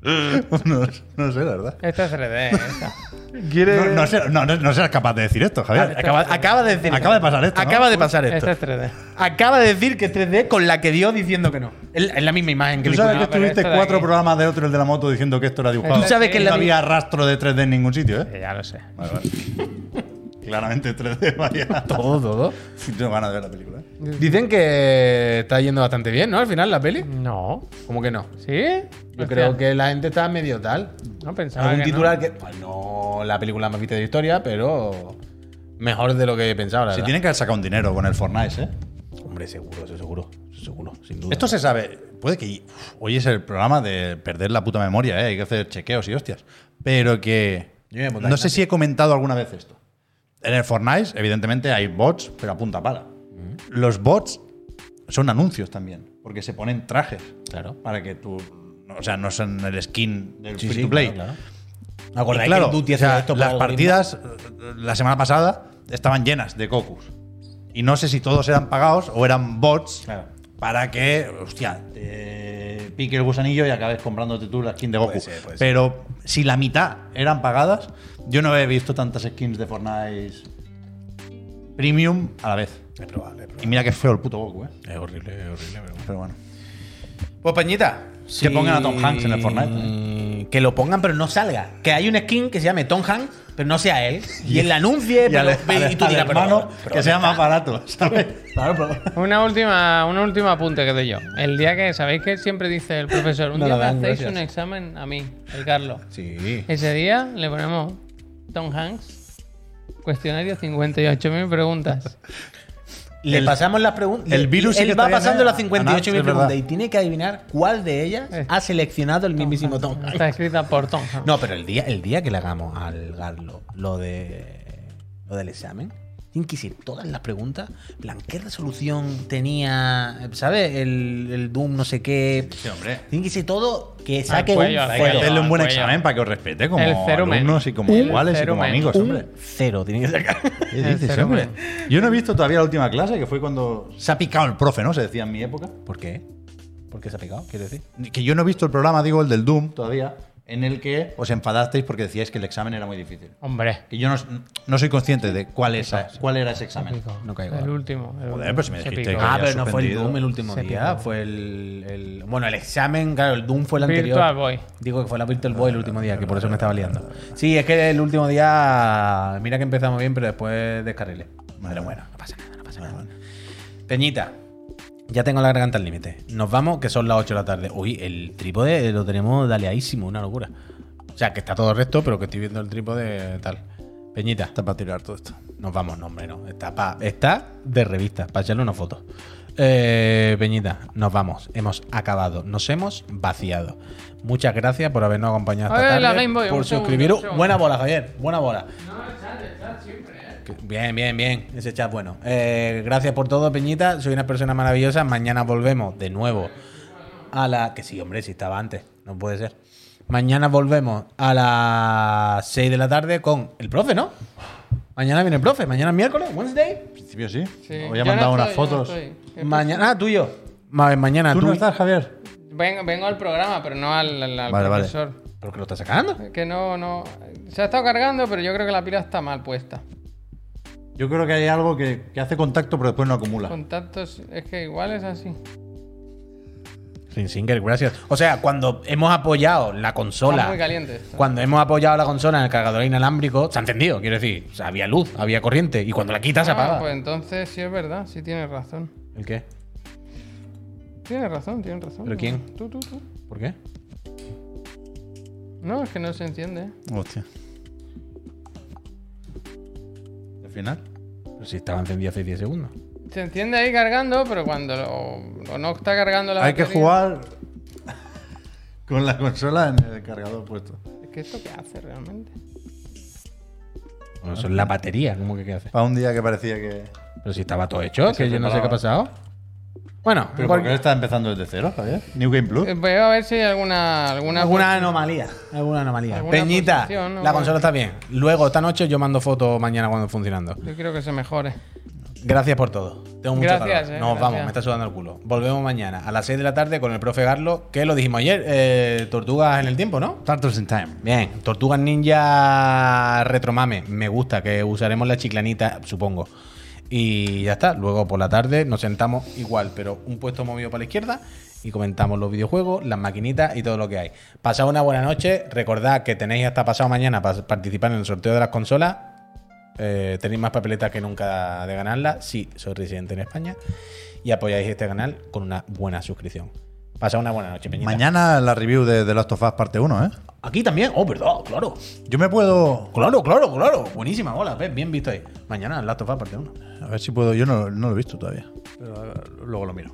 Speaker 2: no, no sé, la verdad.
Speaker 3: Esto es 3D. esta.
Speaker 2: No, no sé- no- no- no serás capaz de decir esto, Javier.
Speaker 4: Acaba, acaba de decir.
Speaker 2: Acaba de pasar esto, ¿no?
Speaker 4: Acaba de pasar esto.
Speaker 3: Esto es 3D.
Speaker 4: Acaba de decir que es 3D con la que dio diciendo que no. Es es la misma imagen que
Speaker 2: Tú
Speaker 4: vi.
Speaker 2: sabes
Speaker 3: No,
Speaker 2: que
Speaker 3: pero
Speaker 2: estuviste
Speaker 3: esto de
Speaker 2: cuatro
Speaker 3: aquí.
Speaker 2: programas de otro, el de la moto, diciendo que esto era dibujado.
Speaker 4: Tú sabes que
Speaker 2: no
Speaker 4: la vi-
Speaker 2: había rastro de 3D en ningún sitio, ¿eh?
Speaker 3: Sí, Ya lo sé.
Speaker 2: Vale, vale. Claramente 3D, vaya.
Speaker 4: Todo, todo.
Speaker 2: Tengo ganas de ver la película. ¿eh?
Speaker 4: Dicen que está yendo bastante bien, ¿no? Al final la peli.
Speaker 3: No.
Speaker 4: ¿Cómo que no?
Speaker 3: ¿Sí?
Speaker 4: Yo
Speaker 3: Hostia,
Speaker 4: creo que la gente está medio tal.
Speaker 3: No pensaba.
Speaker 4: Algún
Speaker 3: que no.
Speaker 4: titular que. Pues no la película más vista de la historia, pero. Mejor de lo que pensaba, la
Speaker 2: Si
Speaker 4: verdad.
Speaker 2: tienen que haber sacado un dinero con el Fortnite, ¿eh?
Speaker 4: Hombre, seguro, eso seguro. Eso seguro, sin duda.
Speaker 2: Esto se sabe. Puede que. uf, hoy es el programa de perder la puta memoria, ¿eh? hay que hacer chequeos y hostias. Pero que.
Speaker 4: Yo me voy a apuntar
Speaker 2: No
Speaker 4: en
Speaker 2: sé si he comentado alguna vez esto. En el Fortnite, evidentemente, hay bots, pero a punta pala.
Speaker 4: Mm.
Speaker 2: Los bots son anuncios también, porque se ponen trajes.
Speaker 4: Claro.
Speaker 2: Para que tú. O sea, no son el skin del
Speaker 4: Sí,
Speaker 2: free
Speaker 4: sí,
Speaker 2: to play.
Speaker 4: claro, claro.
Speaker 2: Y
Speaker 4: Acordáis
Speaker 2: claro,
Speaker 4: que el Duty
Speaker 2: o sea,
Speaker 4: hacía esto por
Speaker 2: las
Speaker 4: algoritmo.
Speaker 2: partidas eh, la semana pasada estaban llenas de Cocus. Y no sé si todos eran pagados o eran bots
Speaker 4: Claro.
Speaker 2: para que, hostia, te pique el gusanillo y acabes comprándote tú la skin de Goku.
Speaker 4: Puede ser, puede ser.
Speaker 2: Pero si la mitad eran pagadas, yo no he visto tantas skins de Fortnite premium a la vez.
Speaker 4: Es probable, es
Speaker 2: Y mira que feo el puto Goku, ¿eh?
Speaker 4: Es horrible, es horrible, pero
Speaker 2: Pero bueno.
Speaker 4: Pues Pañita.
Speaker 2: Que pongan a Tom Hanks en el eh.
Speaker 4: Fortnite. Que lo pongan, pero no salga. Que hay un skin que se llame Tom Hanks, pero no sea él. Y él la anuncie,
Speaker 2: Y al,
Speaker 4: pero, Eh, y tú
Speaker 2: al
Speaker 4: digas, pero-
Speaker 2: hermano
Speaker 4: pero-
Speaker 2: que sea más barato, ¿sabes? Claro,
Speaker 3: Una última, un último apunte que doy yo. El día que, ¿sabéis que siempre dice el profesor? Un
Speaker 4: No
Speaker 3: día
Speaker 4: la
Speaker 3: me
Speaker 4: dan,
Speaker 3: hacéis
Speaker 4: gracias.
Speaker 3: un examen a mí, el Carlos.
Speaker 4: Sí.
Speaker 3: Ese día le ponemos Tom Hanks, cuestionario 58.000 preguntas.
Speaker 4: Le
Speaker 2: El-
Speaker 4: pasamos las preguntas.
Speaker 2: el virus sí
Speaker 4: Él
Speaker 2: que
Speaker 4: va
Speaker 2: todavía
Speaker 4: pasando
Speaker 2: no-
Speaker 4: las
Speaker 2: Ah, no,
Speaker 4: 58.000
Speaker 2: es verdad.
Speaker 4: preguntas y tiene que adivinar cuál de ellas
Speaker 3: Eh.
Speaker 4: ha seleccionado el mismísimo Tom Hanks.
Speaker 3: Está escrita por Tom Hanks.
Speaker 4: No, pero el día, el día que le hagamos al Garlo lo de lo del examen, tienen que ser todas las preguntas. en plan, ¿qué resolución tenía, ¿sabes? El, el Doom, no sé qué.
Speaker 2: Sí, hombre.
Speaker 4: Tienen que ser todo
Speaker 3: Ah,
Speaker 4: que saque
Speaker 3: cuello,
Speaker 4: un
Speaker 3: al
Speaker 2: Hay que
Speaker 4: cero.
Speaker 2: hacerle un buen
Speaker 3: Cuello.
Speaker 2: examen para que os respete como
Speaker 3: El cerumen.
Speaker 2: alumnos y como
Speaker 3: El
Speaker 2: iguales y como
Speaker 3: cerumen.
Speaker 2: amigos, hombre.
Speaker 4: Un cero tiene que sacar.
Speaker 2: ¿Qué
Speaker 3: El
Speaker 2: dices,
Speaker 3: cerumen.
Speaker 2: hombre? Yo no he visto todavía la última clase, que fue cuando se ha picado el profe, ¿no? Se decía en mi época.
Speaker 4: ¿Por qué? ¿Por qué se ha picado? Quiero decir.
Speaker 2: Que yo no he visto el programa, digo, el del Doom todavía. en el que os enfadasteis porque decíais que el examen era muy difícil.
Speaker 3: Hombre.
Speaker 2: Que yo no, no soy consciente de cuál, es, cuál era ese examen.
Speaker 3: Pico.
Speaker 4: No caigo. ¿eh?
Speaker 3: El último. el
Speaker 2: Joder,
Speaker 3: último.
Speaker 2: pero si me
Speaker 3: Se
Speaker 2: dijiste
Speaker 3: picó.
Speaker 2: que-
Speaker 3: Ah,
Speaker 2: había
Speaker 4: el
Speaker 2: suspendido.
Speaker 4: Doom el último
Speaker 3: Se
Speaker 4: día.
Speaker 3: picó.
Speaker 4: Fue el, el- Bueno, el examen, claro, el Doom fue el anterior.
Speaker 3: Virtual Boy.
Speaker 4: Digo que fue la Virtual Boy el último día, que por eso me estaba liando. Sí, es que el último día. Mira que empezamos bien, pero después descarrilé. Pero bueno, no pasa nada, no pasa nada. Peñita. Ya tengo la garganta al límite. Nos vamos, que son las 8 de la tarde. Uy, el trípode lo tenemos daleadísimo, una locura. O sea, que está todo recto, pero que estoy viendo el trípode tal. Peñita.
Speaker 2: Está para tirar todo esto.
Speaker 4: Nos vamos, no, hombre, no. Está, pa- está de revista, para echarle una foto. Eh, Peñita, nos vamos. Hemos acabado. Nos hemos vaciado. Muchas gracias por habernos acompañado
Speaker 3: A
Speaker 4: esta
Speaker 3: ver, la
Speaker 4: tarde.
Speaker 3: Game Boy,
Speaker 4: por
Speaker 3: un segundo,
Speaker 4: suscribiros.
Speaker 3: un segundo.
Speaker 4: Buena bola, Javier. Buena bola. Que- Bien, bien, bien. Ese chat bueno. Eh, gracias por todo, Peñita. Soy una persona maravillosa. Mañana volvemos de nuevo a la. Que sí, hombre, si estaba antes. No puede ser. Mañana volvemos a las 6 de la tarde con el profe, ¿no? Mañana viene el profe. Mañana es miércoles, Wednesday.
Speaker 2: En principio sí.
Speaker 3: Sí.
Speaker 2: Hoy
Speaker 3: Yo
Speaker 2: ha
Speaker 3: no
Speaker 2: mandado unas
Speaker 3: estoy, yo no
Speaker 2: fotos.
Speaker 3: estoy. Que-
Speaker 4: Mañana, ah, tuyo. Ma- Mañana
Speaker 2: ¿Tú
Speaker 4: tú.
Speaker 2: no estás, Javier?
Speaker 3: Vengo, vengo al programa, pero no al, al- al
Speaker 2: Vale, vale.
Speaker 3: profesor.
Speaker 4: ¿Pero que lo estás sacando?
Speaker 3: Que no, no. Se ha estado cargando, pero yo creo que la pila está mal puesta.
Speaker 2: Yo creo que hay algo que, que hace contacto pero después no acumula.
Speaker 3: Contactos, es que igual es así.
Speaker 4: Sin Singer, gracias. O sea, cuando hemos apoyado la consola.
Speaker 3: Está muy caliente esto.
Speaker 4: Cuando hemos apoyado la consola en el cargador inalámbrico, se ha encendido, quiero decir. O sea, había luz, había corriente. Y cuando la quitas, se
Speaker 3: Ah,
Speaker 4: apaga.
Speaker 3: pues entonces sí es verdad, sí tienes razón.
Speaker 4: ¿El qué?
Speaker 3: Tienes razón, tienes razón.
Speaker 4: ¿Pero quién?
Speaker 3: Tú, tú, tú.
Speaker 4: ¿Por qué?
Speaker 3: No, es que no se entiende.
Speaker 2: Hostia. ¿Al final?
Speaker 4: Pero si estaba encendido hace 10 segundos.
Speaker 3: Se entiende ahí cargando, pero cuando lo- o no está cargando la
Speaker 2: Hay que
Speaker 3: batería-
Speaker 2: jugar con la consola en el cargador puesto.
Speaker 3: Es que esto qué hace realmente.
Speaker 4: Bueno, eso es la batería, ¿cómo que qué hace?
Speaker 2: Para un día que parecía que...
Speaker 4: Pero si estaba todo hecho, que yo no sé qué ha pasado. Bueno,
Speaker 2: Pero
Speaker 4: cual-
Speaker 2: porque está empezando desde cero, Javier. New Game Plus.
Speaker 3: Eh, Veo a ver si hay alguna. alguna,
Speaker 4: alguna anomalía. Alguna anomalía.
Speaker 3: Alguna
Speaker 4: Peñita,
Speaker 3: pulsación, ¿no?
Speaker 4: la consola está bien. Luego, esta noche, yo mando fotos mañana cuando funcionando.
Speaker 3: Yo quiero que se mejore.
Speaker 4: Gracias por todo. Tengo mucho
Speaker 3: Gracias,
Speaker 4: calor.
Speaker 3: eh,
Speaker 4: Nos
Speaker 3: gracias.
Speaker 4: vamos, me está sudando el culo. Volvemos mañana a las 6 de la tarde con el profe Garlo, que lo dijimos ayer, eh, tortugas en el tiempo, ¿no?
Speaker 2: Turtles in Time.
Speaker 4: Bien, Tortugas Ninja Retromame, me gusta, que usaremos la chiclanita, supongo. Y ya está, luego por la tarde nos sentamos igual, pero un puesto movido para la izquierda y comentamos los videojuegos, las maquinitas y todo lo que hay. Pasad una buena noche, recordad que tenéis hasta pasado mañana para participar en el sorteo de las consolas. Eh, tenéis más papeletas que nunca de ganarlas, si sois residente en España y apoyáis este canal con una buena suscripción. Pasad una buena noche, Peñita.
Speaker 2: Mañana la review de The Last of Us parte 1, ¿eh?
Speaker 4: Aquí también, oh, perdón, claro.
Speaker 2: Yo me puedo...
Speaker 4: Claro, claro, claro. Buenísima bola, ¿ves? Bien visto ahí. Mañana el Last of Us parte 1.
Speaker 2: A ver si puedo... Yo no, no lo he visto todavía. Pero eh, luego lo miro.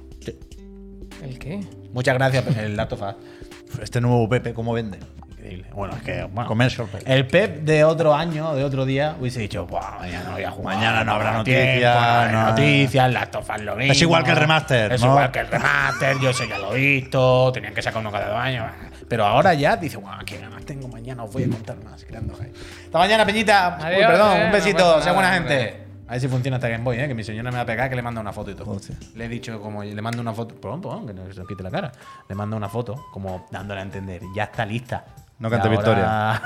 Speaker 3: ¿El qué?
Speaker 4: Muchas gracias, el Last of Us.
Speaker 2: Este nuevo Pepe, ¿cómo vende?
Speaker 4: Increíble. Bueno, es que. bueno,
Speaker 2: Commercial Pepe.
Speaker 4: el Pep de otro año, de otro día, hubiese dicho, "Buah, mañana no voy a jugar.
Speaker 2: Mañana no habrá
Speaker 4: tengo
Speaker 2: noticias,
Speaker 4: tiempo, no habrá
Speaker 2: no".
Speaker 4: noticias, el Last of Us lo mismo.
Speaker 2: Es igual que el remaster,
Speaker 4: Es
Speaker 2: ¿no?
Speaker 4: igual que el remaster, yo eso ya lo he visto, tenían que sacar uno cada dos años. Pero ahora ya dice, guau, qué ganas tengo mañana, os voy a contar más, creando hype. Hasta mañana, Peñita. Uy,
Speaker 3: Adiós,
Speaker 4: perdón,
Speaker 3: eh,
Speaker 4: un
Speaker 3: no
Speaker 4: besito,
Speaker 3: pasa
Speaker 4: sea buena
Speaker 3: nada,
Speaker 4: gente.
Speaker 3: hombre.
Speaker 4: A ver si funciona esta Game Boy, ¿eh? que mi señora me va a pegar que le manda una foto y todo.
Speaker 2: Hostia.
Speaker 4: Le he dicho como le mando una foto, perdón, perdón, que no se os quite la cara. Le mando una foto como dándole a entender, ya está lista.
Speaker 2: No cante
Speaker 4: Y
Speaker 2: victoria.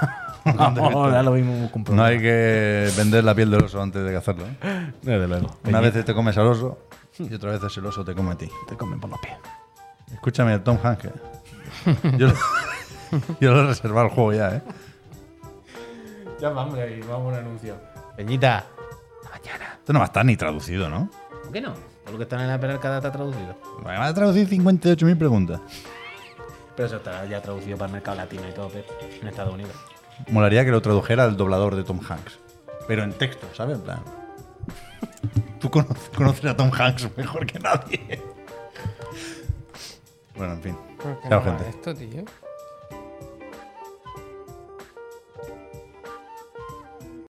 Speaker 2: No cante
Speaker 4: ahora
Speaker 2: victoria.
Speaker 4: lo mismo con
Speaker 2: No hay que vender la piel del oso antes de cazarlo. ¿eh?
Speaker 4: Desde luego.
Speaker 2: Una vez te comes al oso y otra vez el oso te come a ti.
Speaker 4: te comen por los pies.
Speaker 2: Escúchame, Tom Hanks. ¿eh? Yo, lo- yo lo he reservado el juego ya, ¿eh?
Speaker 4: Ya vamos ahí, vamos a un anuncio. Peñita, hasta mañana.
Speaker 2: Esto no va a estar ni traducido, ¿no?
Speaker 4: ¿Por qué no? Por lo que están en la perca está traducido.
Speaker 2: Me van a traducir 58.000 preguntas.
Speaker 4: Pero eso estará ya traducido para el mercado latino y todo, pero en Estados Unidos.
Speaker 2: Molaría que lo tradujera el doblador de Tom Hanks. Pero en texto, ¿sabes? En plan. Tú cono- conoces a Tom Hanks mejor que nadie. Bueno, en fin.
Speaker 3: ¿Por qué
Speaker 2: Chao,
Speaker 3: no va
Speaker 2: gente.
Speaker 4: eh.
Speaker 3: Esto, tío.